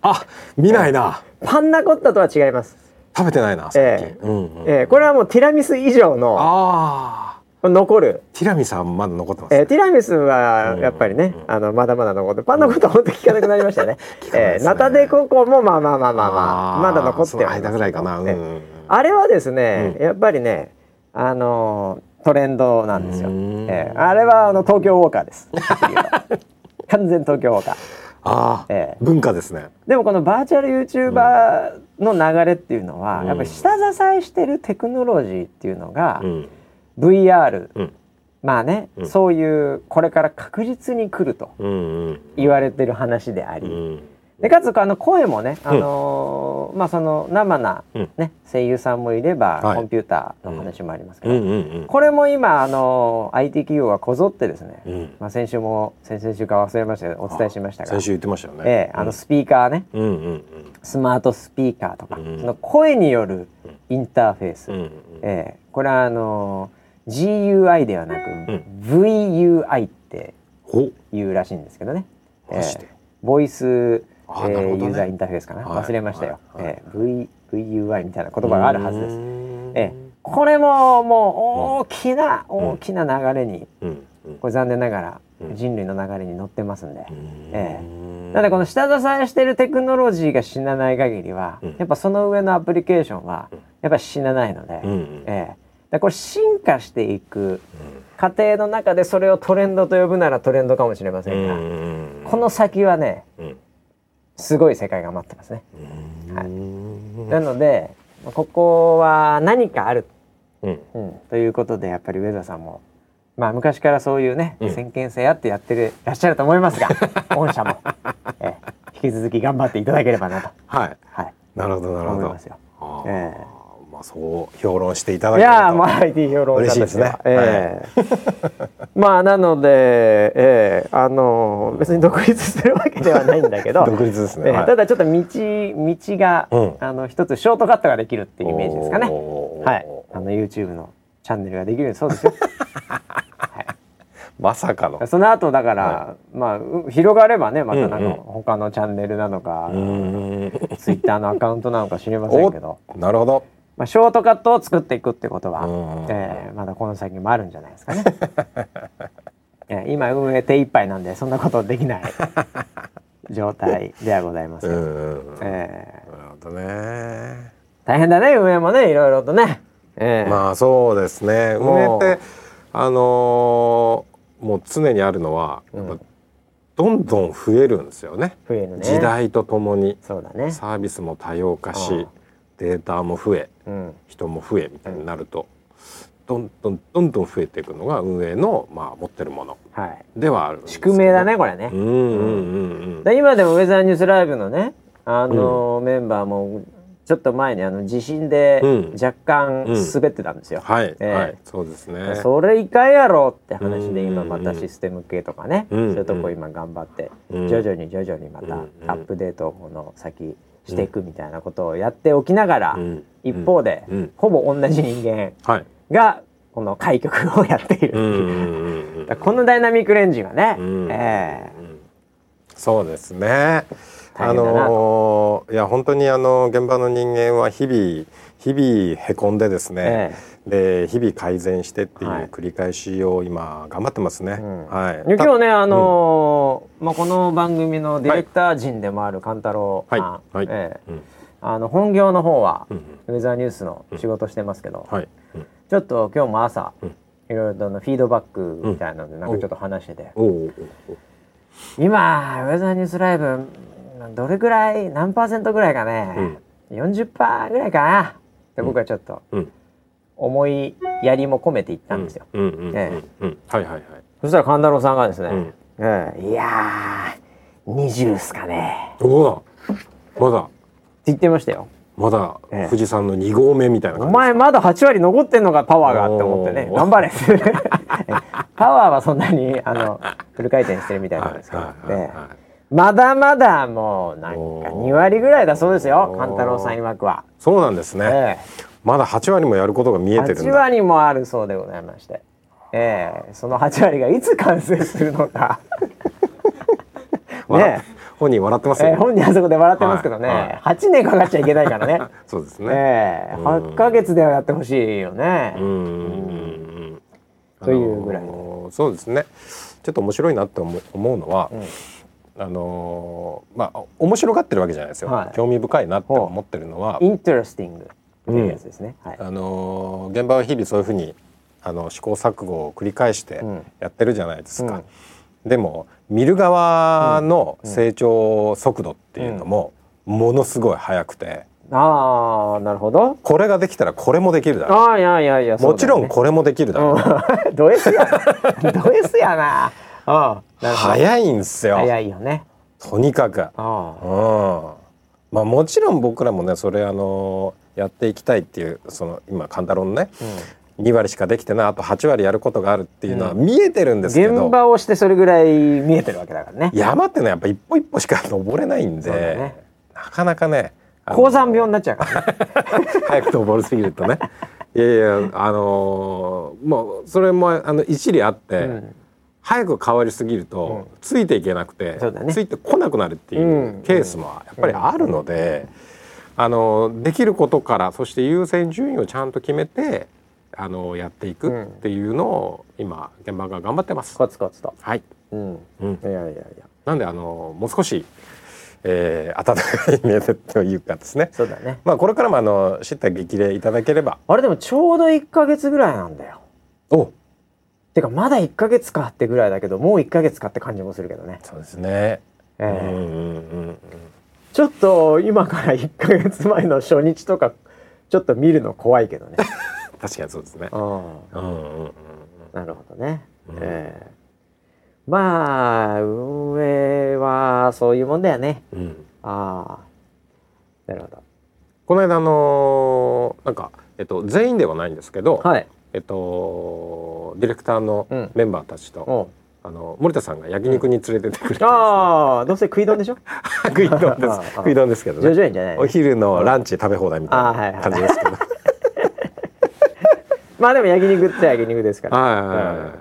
[SPEAKER 2] あ見ないな
[SPEAKER 1] パンナコッタとは違います、
[SPEAKER 2] 食べてないな最近、
[SPEAKER 1] え
[SPEAKER 2] うんうん
[SPEAKER 1] えーこれはもうティラミス以上の
[SPEAKER 2] ああ
[SPEAKER 1] 残る
[SPEAKER 2] ティラミさんまだ残ってます、
[SPEAKER 1] えー
[SPEAKER 2] ね
[SPEAKER 1] ティラミスは
[SPEAKER 2] うん
[SPEAKER 1] やっぱりね、あのまだまだ残ってパンのことは本当聞かなくなりま したね。
[SPEAKER 2] かない
[SPEAKER 1] え
[SPEAKER 2] で
[SPEAKER 1] ー
[SPEAKER 2] すね
[SPEAKER 1] ナタデココもまあまあまあまあまあ
[SPEAKER 2] ー
[SPEAKER 1] まだ残って
[SPEAKER 2] その
[SPEAKER 1] はいます
[SPEAKER 2] 間ぐらいかなうん
[SPEAKER 1] え
[SPEAKER 2] う
[SPEAKER 1] え
[SPEAKER 2] んうん
[SPEAKER 1] あれはですね、
[SPEAKER 2] うん
[SPEAKER 1] やっぱりね、あのートレンドなんですよ。
[SPEAKER 2] うーん
[SPEAKER 1] えーあれはあの東京ウォーカーです。 完全東京ウォーカー。
[SPEAKER 2] ああ、
[SPEAKER 1] ええ
[SPEAKER 2] 文化ですね
[SPEAKER 1] でもこのバーチャル YouTuber の流れっていうのは、やっぱり下支えしてるテクノロジーっていうのが、
[SPEAKER 2] うん
[SPEAKER 1] VR
[SPEAKER 2] うん
[SPEAKER 1] まあね、
[SPEAKER 2] うん
[SPEAKER 1] そういうこれから確実に来ると
[SPEAKER 2] うんうん
[SPEAKER 1] 言われてる話であり、
[SPEAKER 2] うん
[SPEAKER 1] でかつあの声もね、あのーまあ、その生な、
[SPEAKER 2] うん
[SPEAKER 1] ね声優さんもいれば、
[SPEAKER 2] はい
[SPEAKER 1] コンピューターの話もありますけ
[SPEAKER 2] う
[SPEAKER 1] ど、
[SPEAKER 2] んうん
[SPEAKER 1] これも今、あのー IT 企業がこぞってですね、
[SPEAKER 2] うん
[SPEAKER 1] まあ、先週も先々週か忘れましたけどお伝えしましたが
[SPEAKER 2] 先、週言ってましたよね
[SPEAKER 1] ええあのスピーカーね
[SPEAKER 2] うんうんうん
[SPEAKER 1] スマートスピーカーとか、
[SPEAKER 2] うん
[SPEAKER 1] その声によるインターフェース、
[SPEAKER 2] うんうん
[SPEAKER 1] ええこれはあのー GUI ではなく、
[SPEAKER 2] ん
[SPEAKER 1] VUI って
[SPEAKER 2] ほ
[SPEAKER 1] いうらしいんですけどね。
[SPEAKER 2] マジで
[SPEAKER 1] ボイス、え
[SPEAKER 2] あ
[SPEAKER 1] ー
[SPEAKER 2] なるほどね
[SPEAKER 1] ユーザーインターフェースかな、
[SPEAKER 2] はい
[SPEAKER 1] 忘れましたよ、
[SPEAKER 2] はいはい
[SPEAKER 1] えー v VUI みたいな言葉があるはずです
[SPEAKER 2] う、ん
[SPEAKER 1] えーこれももう大きな、大きな流れに
[SPEAKER 2] うんうん
[SPEAKER 1] これ残念ながら
[SPEAKER 2] うん
[SPEAKER 1] 人類の流れに乗ってますんで、え
[SPEAKER 2] うん
[SPEAKER 1] なのでこの下支えしてるテクノロジーが死なない限りは、
[SPEAKER 2] うん
[SPEAKER 1] やっぱその上のアプリケーションはやっぱ死なないので、
[SPEAKER 2] うんうん
[SPEAKER 1] ええだからこれ進化していく過程の中でそれをトレンドと呼ぶならトレンドかもしれませ
[SPEAKER 2] うんん
[SPEAKER 1] が、
[SPEAKER 2] うん
[SPEAKER 1] この先はね
[SPEAKER 2] うん
[SPEAKER 1] すごい世界が待ってますね、
[SPEAKER 2] うん
[SPEAKER 1] なのでここは何かある
[SPEAKER 2] うん
[SPEAKER 1] うん、ということでやっぱり上田さんも、まあ、昔からそういうね、
[SPEAKER 2] うん
[SPEAKER 1] 先見性あってやってるらっしゃると思い ますが御社も、えー引き続き頑張っていただければなと、
[SPEAKER 2] はい
[SPEAKER 1] はい、
[SPEAKER 2] なるほどなるほ
[SPEAKER 1] 思い
[SPEAKER 2] ど
[SPEAKER 1] ますよ。
[SPEAKER 2] あー
[SPEAKER 1] え
[SPEAKER 2] まあそう評論していただ
[SPEAKER 1] い
[SPEAKER 2] ける
[SPEAKER 1] やー、
[SPEAKER 2] と
[SPEAKER 1] まあ、IT 評論家としては
[SPEAKER 2] 嬉
[SPEAKER 1] ええ まあなので、ええあの別に独立するわけではないんだけど
[SPEAKER 2] 独立です
[SPEAKER 1] え
[SPEAKER 2] ね、
[SPEAKER 1] え
[SPEAKER 2] はい
[SPEAKER 1] ただちょっと道道が、
[SPEAKER 2] うん
[SPEAKER 1] あの一つショートカットができるっていうイメージですかね。
[SPEAKER 2] おー
[SPEAKER 1] はい、あの YouTube のチャンネルができるそうですよ。
[SPEAKER 2] まさかの
[SPEAKER 1] その後だから、まあう広がればねまたなんか
[SPEAKER 2] うんうん
[SPEAKER 1] 他のチャンネルなのか、
[SPEAKER 2] うーん
[SPEAKER 1] Twitter のアカウントなのか知りませんけど、
[SPEAKER 2] おなるほど
[SPEAKER 1] まあ、ショートカットを作っていくってことは、
[SPEAKER 2] うんうん
[SPEAKER 1] えーまだこの先もあるんじゃないです かね。えー今運営手一杯なんでそんなことでき ない状態ではございます
[SPEAKER 2] う
[SPEAKER 1] よ、
[SPEAKER 2] んうんうんなる
[SPEAKER 1] え
[SPEAKER 2] ほどね
[SPEAKER 1] ー大変だね運営もねいろいろとね。えー
[SPEAKER 2] まあそうですね運営
[SPEAKER 1] も
[SPEAKER 2] っ
[SPEAKER 1] う
[SPEAKER 2] てあのーもう常にあるのは、やっぱどんどん増えるんですよね
[SPEAKER 1] 増えるね
[SPEAKER 2] 時代とともに
[SPEAKER 1] そうだね。
[SPEAKER 2] サービスも多様化
[SPEAKER 1] うん
[SPEAKER 2] しデータも増え
[SPEAKER 1] うん
[SPEAKER 2] 人も増えみたいになると、どんどんどんどん増えていくのが運営の、まあ、持ってるもの
[SPEAKER 1] はい、
[SPEAKER 2] ではあるんですけど
[SPEAKER 1] 宿命だねこれね。
[SPEAKER 2] うんうんうんうん
[SPEAKER 1] で今でもウェザーニュースライブのねあの、メンバーもちょっと前にあの地震で
[SPEAKER 2] うん
[SPEAKER 1] 若干
[SPEAKER 2] うん
[SPEAKER 1] 滑ってたんですよ、
[SPEAKER 2] はい、
[SPEAKER 1] ええ
[SPEAKER 2] はいそうですね
[SPEAKER 1] それいかんやろって話で
[SPEAKER 2] うん
[SPEAKER 1] 今またシステム系とかね、
[SPEAKER 2] うん
[SPEAKER 1] そういうとこ今頑張って、
[SPEAKER 2] うん
[SPEAKER 1] 徐々に徐々にまた
[SPEAKER 2] うん
[SPEAKER 1] アップデートをこの先していくみたいなことをやっておきながら、
[SPEAKER 2] うん
[SPEAKER 1] 一方で、
[SPEAKER 2] うん
[SPEAKER 1] ほぼ同じ人間
[SPEAKER 2] はい
[SPEAKER 1] がこの開局をやっている、
[SPEAKER 2] うんうんうんうん
[SPEAKER 1] だからこのダイナミックレンジはね、
[SPEAKER 2] うん
[SPEAKER 1] え
[SPEAKER 2] そうですね。
[SPEAKER 1] 大
[SPEAKER 2] あ
[SPEAKER 1] 変だな
[SPEAKER 2] のーいや本当にあの現場の人間は日々日々へこんでですね、で日々改善してってい
[SPEAKER 1] はいう
[SPEAKER 2] 繰り返しを今頑張ってますね。
[SPEAKER 1] ん
[SPEAKER 2] はい。
[SPEAKER 1] で
[SPEAKER 2] た
[SPEAKER 1] 今日ねあのーまあ、この番組のディレクター陣でもある勘太郎さん、
[SPEAKER 2] はいはい
[SPEAKER 1] ええ
[SPEAKER 2] うん
[SPEAKER 1] あの本業の方は、
[SPEAKER 2] うん
[SPEAKER 1] ウェザーニュースの仕事してますけど、
[SPEAKER 2] はい。うん
[SPEAKER 1] ちょっと今日も朝、
[SPEAKER 2] うん
[SPEAKER 1] いろいろとあのフィードバックみたいなので、なんかちょっと話してて、
[SPEAKER 2] おうおうおう
[SPEAKER 1] 今ウェザーニュースライブどれぐらい何パーセントぐらいかね、40%ぐらいかなって僕はちょっと
[SPEAKER 2] うん
[SPEAKER 1] 思いやりも込めて言ったんですよ。
[SPEAKER 2] うんうんうん
[SPEAKER 1] え
[SPEAKER 2] うんはいはいはい。
[SPEAKER 1] そしたら勘太郎さんがですね、
[SPEAKER 2] うん
[SPEAKER 1] ええいやー20っすかね。
[SPEAKER 2] おおまだ
[SPEAKER 1] って言ってましたよ。
[SPEAKER 2] まだ
[SPEAKER 1] ええ
[SPEAKER 2] 富士山の二合目みたいな
[SPEAKER 1] お
[SPEAKER 2] 感じ。
[SPEAKER 1] 前まだ8割残ってんのかパワーがって思ってね
[SPEAKER 2] おー
[SPEAKER 1] 頑張れ パワーはそんなにあのフル回転してるみたいなんですけど、
[SPEAKER 2] はいはいはいはい
[SPEAKER 1] ええまだまだもうなんか
[SPEAKER 2] おー
[SPEAKER 1] 2割ぐらいだそうですよ
[SPEAKER 2] おー
[SPEAKER 1] 勘太郎さん曰くは、
[SPEAKER 2] そうなんです
[SPEAKER 1] え
[SPEAKER 2] ね。まだ八割もやることが見
[SPEAKER 1] え、
[SPEAKER 2] えてるん
[SPEAKER 1] 8
[SPEAKER 2] だ。
[SPEAKER 1] 割もあるそうでございまして、ええ、その8割がいつ完成するのか、
[SPEAKER 2] 笑っ
[SPEAKER 1] ね
[SPEAKER 2] 本人笑ってます
[SPEAKER 1] え
[SPEAKER 2] よ。
[SPEAKER 1] え本人あそこで笑ってますけどね、
[SPEAKER 2] はいは
[SPEAKER 1] 8年かかっちゃいけないからね
[SPEAKER 2] そうです ね。
[SPEAKER 1] ええ、
[SPEAKER 2] うん
[SPEAKER 1] 8ヶ月ではやってほしいよね、
[SPEAKER 2] うんうんうんうん
[SPEAKER 1] というぐらい
[SPEAKER 2] あのーそうですねちょっと面白いなって思う思うのは、あのーまあ面白がってるわけじゃないですよ、
[SPEAKER 1] はい
[SPEAKER 2] 興味深いなって思ってるのは
[SPEAKER 1] インテレスティングっていうやつですね、はい
[SPEAKER 2] あのー現場は日々そういうふうにあの試行錯誤を繰り返して
[SPEAKER 1] うん
[SPEAKER 2] やってるじゃないですか、でも見る側の成長速度っていうのもものすごい速くて
[SPEAKER 1] ああなるほど。
[SPEAKER 2] これができたらこれもできるだろう
[SPEAKER 1] ああいやいやいや、
[SPEAKER 2] もちろん
[SPEAKER 1] こ
[SPEAKER 2] これもできるだろう
[SPEAKER 1] うん、 ド S やな。ド S や な。ああなるほど。
[SPEAKER 2] 早いんですよ
[SPEAKER 1] 早いよね。
[SPEAKER 2] とにかく。
[SPEAKER 1] ああ
[SPEAKER 2] うんまあもちろん僕らもねそれあのやっていきたいっていうその今勘太郎のね、2割しかできてないあと8割やることがあるっていうのは見えてるんですけど、
[SPEAKER 1] 現場をしてそれぐらい見えてるわけだからね。
[SPEAKER 2] 山ってのはやっぱ一歩一歩しか登れないんで、
[SPEAKER 1] そうだね
[SPEAKER 2] なかなかねあの
[SPEAKER 1] 高山病になっちゃうから、ね。
[SPEAKER 2] 早く登りすぎるとねいやいやあのーもうそれもあの一理あって、
[SPEAKER 1] ん
[SPEAKER 2] 早く変わりすぎると、ついていけなくて、
[SPEAKER 1] そうだね
[SPEAKER 2] ついてこなくなるっていううんケースもやっぱりあるので、あのできることからそして優先順位をちゃんと決めてあのやっていくっていうのを今現場が頑張ってます。
[SPEAKER 1] コツコツと。
[SPEAKER 2] はい、
[SPEAKER 1] うん。
[SPEAKER 2] うん
[SPEAKER 1] いやいやいや。
[SPEAKER 2] なんであのもう少し、えー、暖かい目でというかですね
[SPEAKER 1] そうだね。
[SPEAKER 2] まあこれからもあの叱咤激励いただければ
[SPEAKER 1] あれでもちょうど一ヶ月ぐらいなんだよ。
[SPEAKER 2] お
[SPEAKER 1] てかまだ一ヶ月かってぐらいだけど、もう一ヶ月かって感じもするけどね。
[SPEAKER 2] そうですね、
[SPEAKER 1] ええ
[SPEAKER 2] うんうんうんうん
[SPEAKER 1] ちょっと今から1ヶ月前の初日とかちょっと見るの怖いけどね
[SPEAKER 2] 確かにそうですね。
[SPEAKER 1] うん
[SPEAKER 2] うんうんうん
[SPEAKER 1] なるほどね。
[SPEAKER 2] うん
[SPEAKER 1] ええまあ運営はそういうもんだよね。
[SPEAKER 2] うんうん。
[SPEAKER 1] ああなるほど。
[SPEAKER 2] この間あのーなんかえっと全員ではないんですけど、
[SPEAKER 1] はい。
[SPEAKER 2] えっとディレクターの
[SPEAKER 1] うん
[SPEAKER 2] メンバーたちと、
[SPEAKER 1] おう
[SPEAKER 2] あの森田さんが焼肉に連れてってくれて、
[SPEAKER 1] ああどうせ食い丼でしょ。
[SPEAKER 2] 食い丼で
[SPEAKER 1] ああ
[SPEAKER 2] す。食い丼ですけど
[SPEAKER 1] 徐
[SPEAKER 2] ね。
[SPEAKER 1] 々にじゃないの
[SPEAKER 2] お。昼のランチ食べ放題みた
[SPEAKER 1] あはいは
[SPEAKER 2] いない感じですけど。
[SPEAKER 1] まあでも焼肉って焼肉ですから。
[SPEAKER 2] はいはいはい、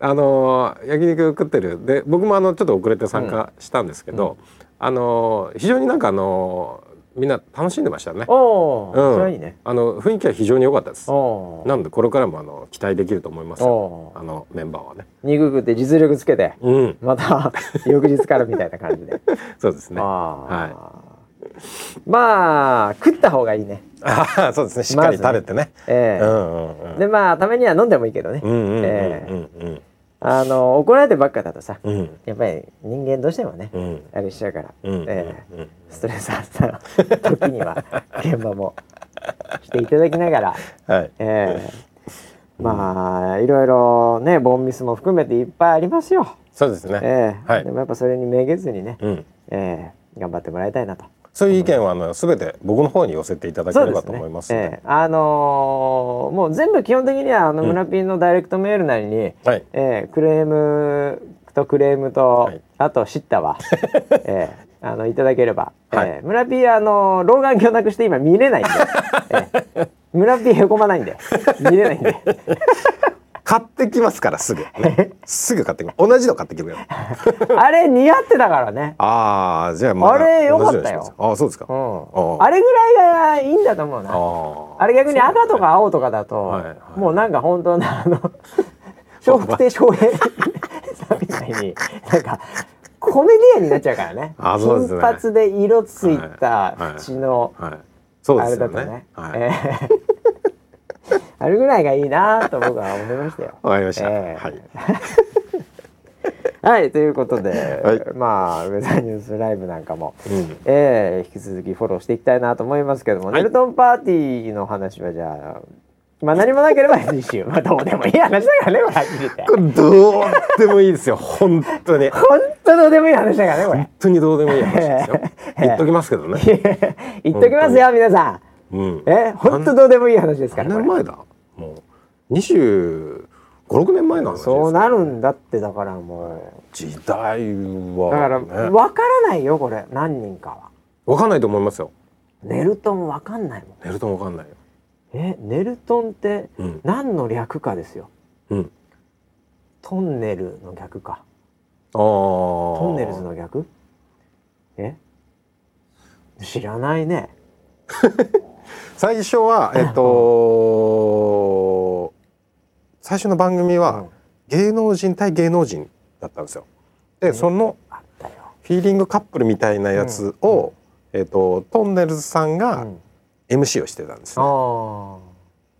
[SPEAKER 2] あのー焼肉食ってるで僕もあのちょっと遅れて参加したんですけど、あのー非常になんかあのーみんな楽しんでましたね。
[SPEAKER 1] おお、
[SPEAKER 2] うん
[SPEAKER 1] それはいいね。
[SPEAKER 2] あの雰囲気は非常に良かったです
[SPEAKER 1] お。お。
[SPEAKER 2] なのでこれからもあの期待できると思います
[SPEAKER 1] お
[SPEAKER 2] よ。
[SPEAKER 1] お
[SPEAKER 2] あ。のメンバーはね。
[SPEAKER 1] 肉食って実力つけて。
[SPEAKER 2] うん、
[SPEAKER 1] ま た翌日からみたいな感じで。
[SPEAKER 2] そうですね。
[SPEAKER 1] あ
[SPEAKER 2] あ
[SPEAKER 1] あ。まあ食った方がいいね。
[SPEAKER 2] あ、そうですね。しっかり食べてね。
[SPEAKER 1] え
[SPEAKER 2] う
[SPEAKER 1] え
[SPEAKER 2] んうんうん。
[SPEAKER 1] でまあためには飲んでもいいけどね。
[SPEAKER 2] うんうんうん
[SPEAKER 1] ええ
[SPEAKER 2] うん
[SPEAKER 1] あの怒られてばっかだとさ、
[SPEAKER 2] うんうん
[SPEAKER 1] やっぱり人間どうしてもね、
[SPEAKER 2] うん
[SPEAKER 1] あれしちゃうから、
[SPEAKER 2] うんうん
[SPEAKER 1] え
[SPEAKER 2] うん
[SPEAKER 1] えストレス発散の時には現場もしていただきながら、
[SPEAKER 2] はい。
[SPEAKER 1] ええまあいろいろねボンミスも含めていっぱいありますよ、
[SPEAKER 2] そうですね。
[SPEAKER 1] ええ
[SPEAKER 2] はい
[SPEAKER 1] でもやっぱそれにめげずにね、
[SPEAKER 2] うん。
[SPEAKER 1] ええ頑張ってもらいたいなと。
[SPEAKER 2] そういう意見はあのすべて僕の方に寄せていただけ
[SPEAKER 1] そう
[SPEAKER 2] れ
[SPEAKER 1] で
[SPEAKER 2] ば
[SPEAKER 1] す
[SPEAKER 2] と
[SPEAKER 1] ね
[SPEAKER 2] 思います。
[SPEAKER 1] ええあのーもう全部基本的にはあの村ピンのダイレクトメールなりに、
[SPEAKER 2] はい。
[SPEAKER 1] えー、クレームとクレームと、
[SPEAKER 2] はい
[SPEAKER 1] あと知った わ、えー、あのいただければ、
[SPEAKER 2] はい
[SPEAKER 1] えー村 P あの老眼鏡なくして今見れ ないんで、えー、村 P へこまないんで見れない んで
[SPEAKER 2] 買ってきますか らすぐ、ね、すぐ買ってきます同じの買ってきるよ
[SPEAKER 1] あれ似合ってたからね、
[SPEAKER 2] ああじゃあまだ
[SPEAKER 1] あれ良かったよ
[SPEAKER 2] 同じのにしますああそうですか
[SPEAKER 1] う
[SPEAKER 2] あ
[SPEAKER 1] ん、
[SPEAKER 2] あ
[SPEAKER 1] あれぐらいがいいんだと思うな
[SPEAKER 2] あ
[SPEAKER 1] あれ逆に赤とか青とかだと、
[SPEAKER 2] はいはい
[SPEAKER 1] もうなんか本当なあ の笑福亭笑瓶さんみたいになんかコメディアンになっちゃうからね
[SPEAKER 2] あそうですね
[SPEAKER 1] 金髪で色つい
[SPEAKER 2] はいは
[SPEAKER 1] た
[SPEAKER 2] い
[SPEAKER 1] 縁の
[SPEAKER 2] はいそう
[SPEAKER 1] あ
[SPEAKER 2] で
[SPEAKER 1] れ
[SPEAKER 2] す
[SPEAKER 1] だ
[SPEAKER 2] よ
[SPEAKER 1] とね
[SPEAKER 2] ねはい、
[SPEAKER 1] えー あれぐらいがいいなと僕は思いましたよ。
[SPEAKER 2] わかりました、
[SPEAKER 1] えー
[SPEAKER 2] はい
[SPEAKER 1] はいということで、
[SPEAKER 2] はい
[SPEAKER 1] まあウェザーニュースライブなんかも、
[SPEAKER 2] うん
[SPEAKER 1] えー引き続きフォローしていきたいなと思いますけども、
[SPEAKER 2] はい
[SPEAKER 1] ネルトンパーティーの話はじゃあまあ何もなければ次 週まあどうでもいい話だからねこれはっきり言 って
[SPEAKER 2] これどうでもいいです よ本当に
[SPEAKER 1] 本当どうでもいい話だからねこれ
[SPEAKER 2] 本当にどうでもいい話で すよ言っときますけどね、
[SPEAKER 1] 言っときますよ皆さ
[SPEAKER 2] うん
[SPEAKER 1] ん、え本当どうでもいい話ですから
[SPEAKER 2] 何
[SPEAKER 1] これ
[SPEAKER 2] 年前だもう2 5 6年前の話です
[SPEAKER 1] そうなるんだってだからも
[SPEAKER 2] 時代は、
[SPEAKER 1] うだから
[SPEAKER 2] ね、
[SPEAKER 1] わからないよこれ何人かは
[SPEAKER 2] わかんないと思いますよ
[SPEAKER 1] ネルトンわかんないもん
[SPEAKER 2] 寝るともわかんないよ
[SPEAKER 1] えネルトンって
[SPEAKER 2] うん
[SPEAKER 1] 何の略かですよ
[SPEAKER 2] うん
[SPEAKER 1] トンネルの逆か
[SPEAKER 2] ああト
[SPEAKER 1] トンネルズの逆え知らないね
[SPEAKER 2] 最初はえっと最初の番組
[SPEAKER 1] う
[SPEAKER 2] は
[SPEAKER 1] ん
[SPEAKER 2] 芸能人対芸能人だったんですよ。でその
[SPEAKER 1] あったよ、
[SPEAKER 2] フィーリングカップルみたいなやつを、えっとトンネルズさん
[SPEAKER 1] う
[SPEAKER 2] が
[SPEAKER 1] ん、
[SPEAKER 2] MC をしてたんです、
[SPEAKER 1] あ
[SPEAKER 2] ね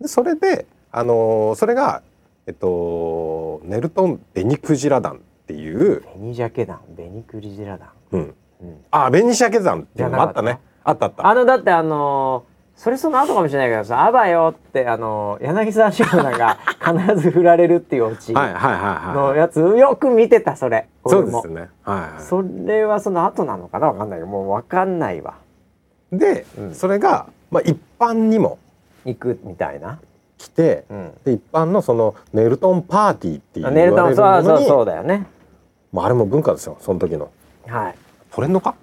[SPEAKER 1] ー
[SPEAKER 2] でそれであのーそれがえっとネルトンベニクジラ団っていう、
[SPEAKER 1] 紅鮭団紅クリジラ団、
[SPEAKER 2] うん、
[SPEAKER 1] うん、
[SPEAKER 2] あベニシャケ団っていうのもあったねあったあった
[SPEAKER 1] あのだってあのーそれその後かもしれないけどさ「あばよ」ってあのー柳沢志保さんが必ず振られるっていうオチ
[SPEAKER 2] はい
[SPEAKER 1] の
[SPEAKER 2] はいはいはい
[SPEAKER 1] やつよく見てたそれ
[SPEAKER 2] そう
[SPEAKER 1] 俺
[SPEAKER 2] で
[SPEAKER 1] も
[SPEAKER 2] すねはい、はい、
[SPEAKER 1] それはその後なのかなわかんないけどもうわかんないわ
[SPEAKER 2] で、
[SPEAKER 1] うん
[SPEAKER 2] それが、まあ、一般にも
[SPEAKER 1] 行くみたいな、
[SPEAKER 2] 来て、
[SPEAKER 1] うん、
[SPEAKER 2] で一般のそのネルトンパーティーっていう
[SPEAKER 1] あネルトンそうそうそううだよね
[SPEAKER 2] あれも文化ですよその時の
[SPEAKER 1] はい
[SPEAKER 2] 取れんのか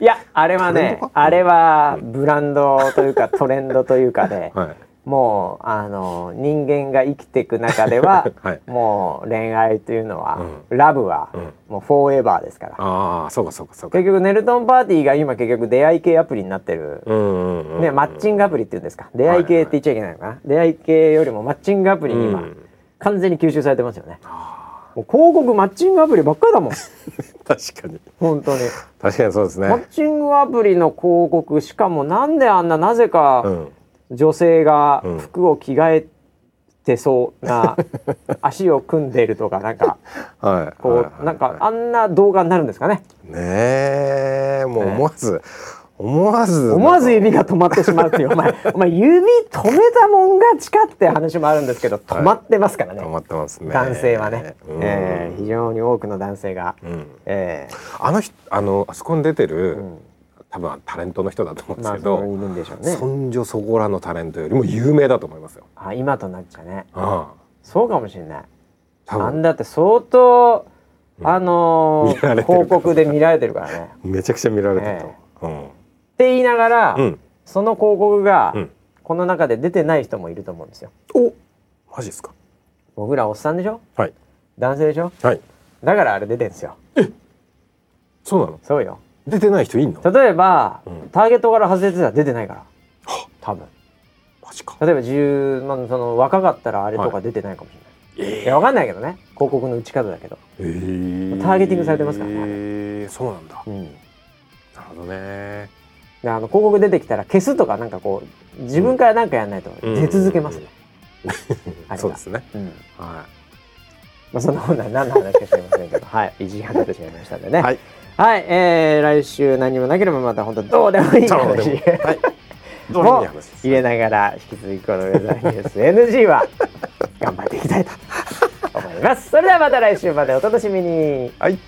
[SPEAKER 1] いやあれはね
[SPEAKER 2] トレンドか
[SPEAKER 1] あれはブランドというかトレンドというかで、
[SPEAKER 2] はい
[SPEAKER 1] もうあの人間が生きていく中では、
[SPEAKER 2] はい
[SPEAKER 1] もう恋愛というのは、ラブは、
[SPEAKER 2] うん
[SPEAKER 1] もうフォーエバーですから
[SPEAKER 2] ああそうかそうかそうか
[SPEAKER 1] 結局ネルトンパーティーが今結局出会い系アプリになってる、
[SPEAKER 2] うんうんうん、
[SPEAKER 1] ね、マッチングアプリっていうんですか出会い系って言っちゃいけないのかな、出会い系よりもマッチングアプリに今、
[SPEAKER 2] うん
[SPEAKER 1] 完全に吸収されてますよねもう広告マッチングアプリばっかりだもん
[SPEAKER 2] 確かに
[SPEAKER 1] 本当に。
[SPEAKER 2] 確かにそうです
[SPEAKER 1] マッ
[SPEAKER 2] ね
[SPEAKER 1] チングアプリの広告しかもなんであんななぜか
[SPEAKER 2] うん
[SPEAKER 1] 女性が
[SPEAKER 2] うん
[SPEAKER 1] 服を着替えてそう な足を組んでるとかなんか
[SPEAKER 2] はい
[SPEAKER 1] こ
[SPEAKER 2] はいう
[SPEAKER 1] なんかあんな動画になるんですかね。
[SPEAKER 2] ねえもう思わず、思わず
[SPEAKER 1] 思わず指が止まってしまうっていうお前お前指止めたもん勝ちかって話もあるんですけど止まってますからね、
[SPEAKER 2] 溜まってますね
[SPEAKER 1] 男性はね、
[SPEAKER 2] うん
[SPEAKER 1] えー非常に多くの男性が、
[SPEAKER 2] うん
[SPEAKER 1] え
[SPEAKER 2] あの人あのあそこに出てる、
[SPEAKER 1] ーうん
[SPEAKER 2] 多分タレントの人だと思うんで
[SPEAKER 1] ますあ
[SPEAKER 2] け
[SPEAKER 1] そ
[SPEAKER 2] ど、
[SPEAKER 1] こにいるんでしょうね
[SPEAKER 2] そんじょそこらのタレントよりも有名だと思いますよ。
[SPEAKER 1] あ今となっちゃね
[SPEAKER 2] あ
[SPEAKER 1] そうかもしれない
[SPEAKER 2] あ多
[SPEAKER 1] あん
[SPEAKER 2] 分
[SPEAKER 1] だって相当
[SPEAKER 2] うん
[SPEAKER 1] あのー
[SPEAKER 2] 見られてるから
[SPEAKER 1] 広告で見られてるから ね
[SPEAKER 2] めちゃくちゃ見られた
[SPEAKER 1] え
[SPEAKER 2] と。
[SPEAKER 1] って言いながら、
[SPEAKER 2] うん。うん。
[SPEAKER 1] その広告が、
[SPEAKER 2] うん
[SPEAKER 1] この中で出てない人もいると思うんですよ
[SPEAKER 2] おマジですか。
[SPEAKER 1] 僕らおっさんでしょ
[SPEAKER 2] はい
[SPEAKER 1] 男性でしょ
[SPEAKER 2] はい。
[SPEAKER 1] だからあれ出てんすよ
[SPEAKER 2] そうなの。
[SPEAKER 1] そうよ
[SPEAKER 2] 出てない人いんの？
[SPEAKER 1] 例えば、
[SPEAKER 2] うん
[SPEAKER 1] ターゲットから外れてたら出てないから
[SPEAKER 2] は
[SPEAKER 1] 多分
[SPEAKER 2] マジか。
[SPEAKER 1] 例えば10、まあ、その若かったらあれとか出てないかもしれない、い、
[SPEAKER 2] え
[SPEAKER 1] やわかんないけどね広告の打ち方だけど、
[SPEAKER 2] えー
[SPEAKER 1] ターゲティングされてますからね
[SPEAKER 2] えーそうなんだ。
[SPEAKER 1] うん、で
[SPEAKER 2] なるほどね。
[SPEAKER 1] あの広告出てきたら消すとかなんかこう自分からなんかやんないと
[SPEAKER 2] うん
[SPEAKER 1] 出続けます ね、あれが
[SPEAKER 2] そうですね。
[SPEAKER 1] うん
[SPEAKER 2] は
[SPEAKER 1] まあ、そんなことは何の話か知りませんけどはい1時半経ってしまいましたんでね
[SPEAKER 2] はい、
[SPEAKER 1] はいえー来週何もなければまた本当どうでもいい
[SPEAKER 2] い。どうで
[SPEAKER 1] 話
[SPEAKER 2] も はい。どうでもいい話です
[SPEAKER 1] 入れながら引き続きこのウェザーニュース NG は頑張っていきたいと思います。それではまた来週までお楽しみに。
[SPEAKER 2] はい。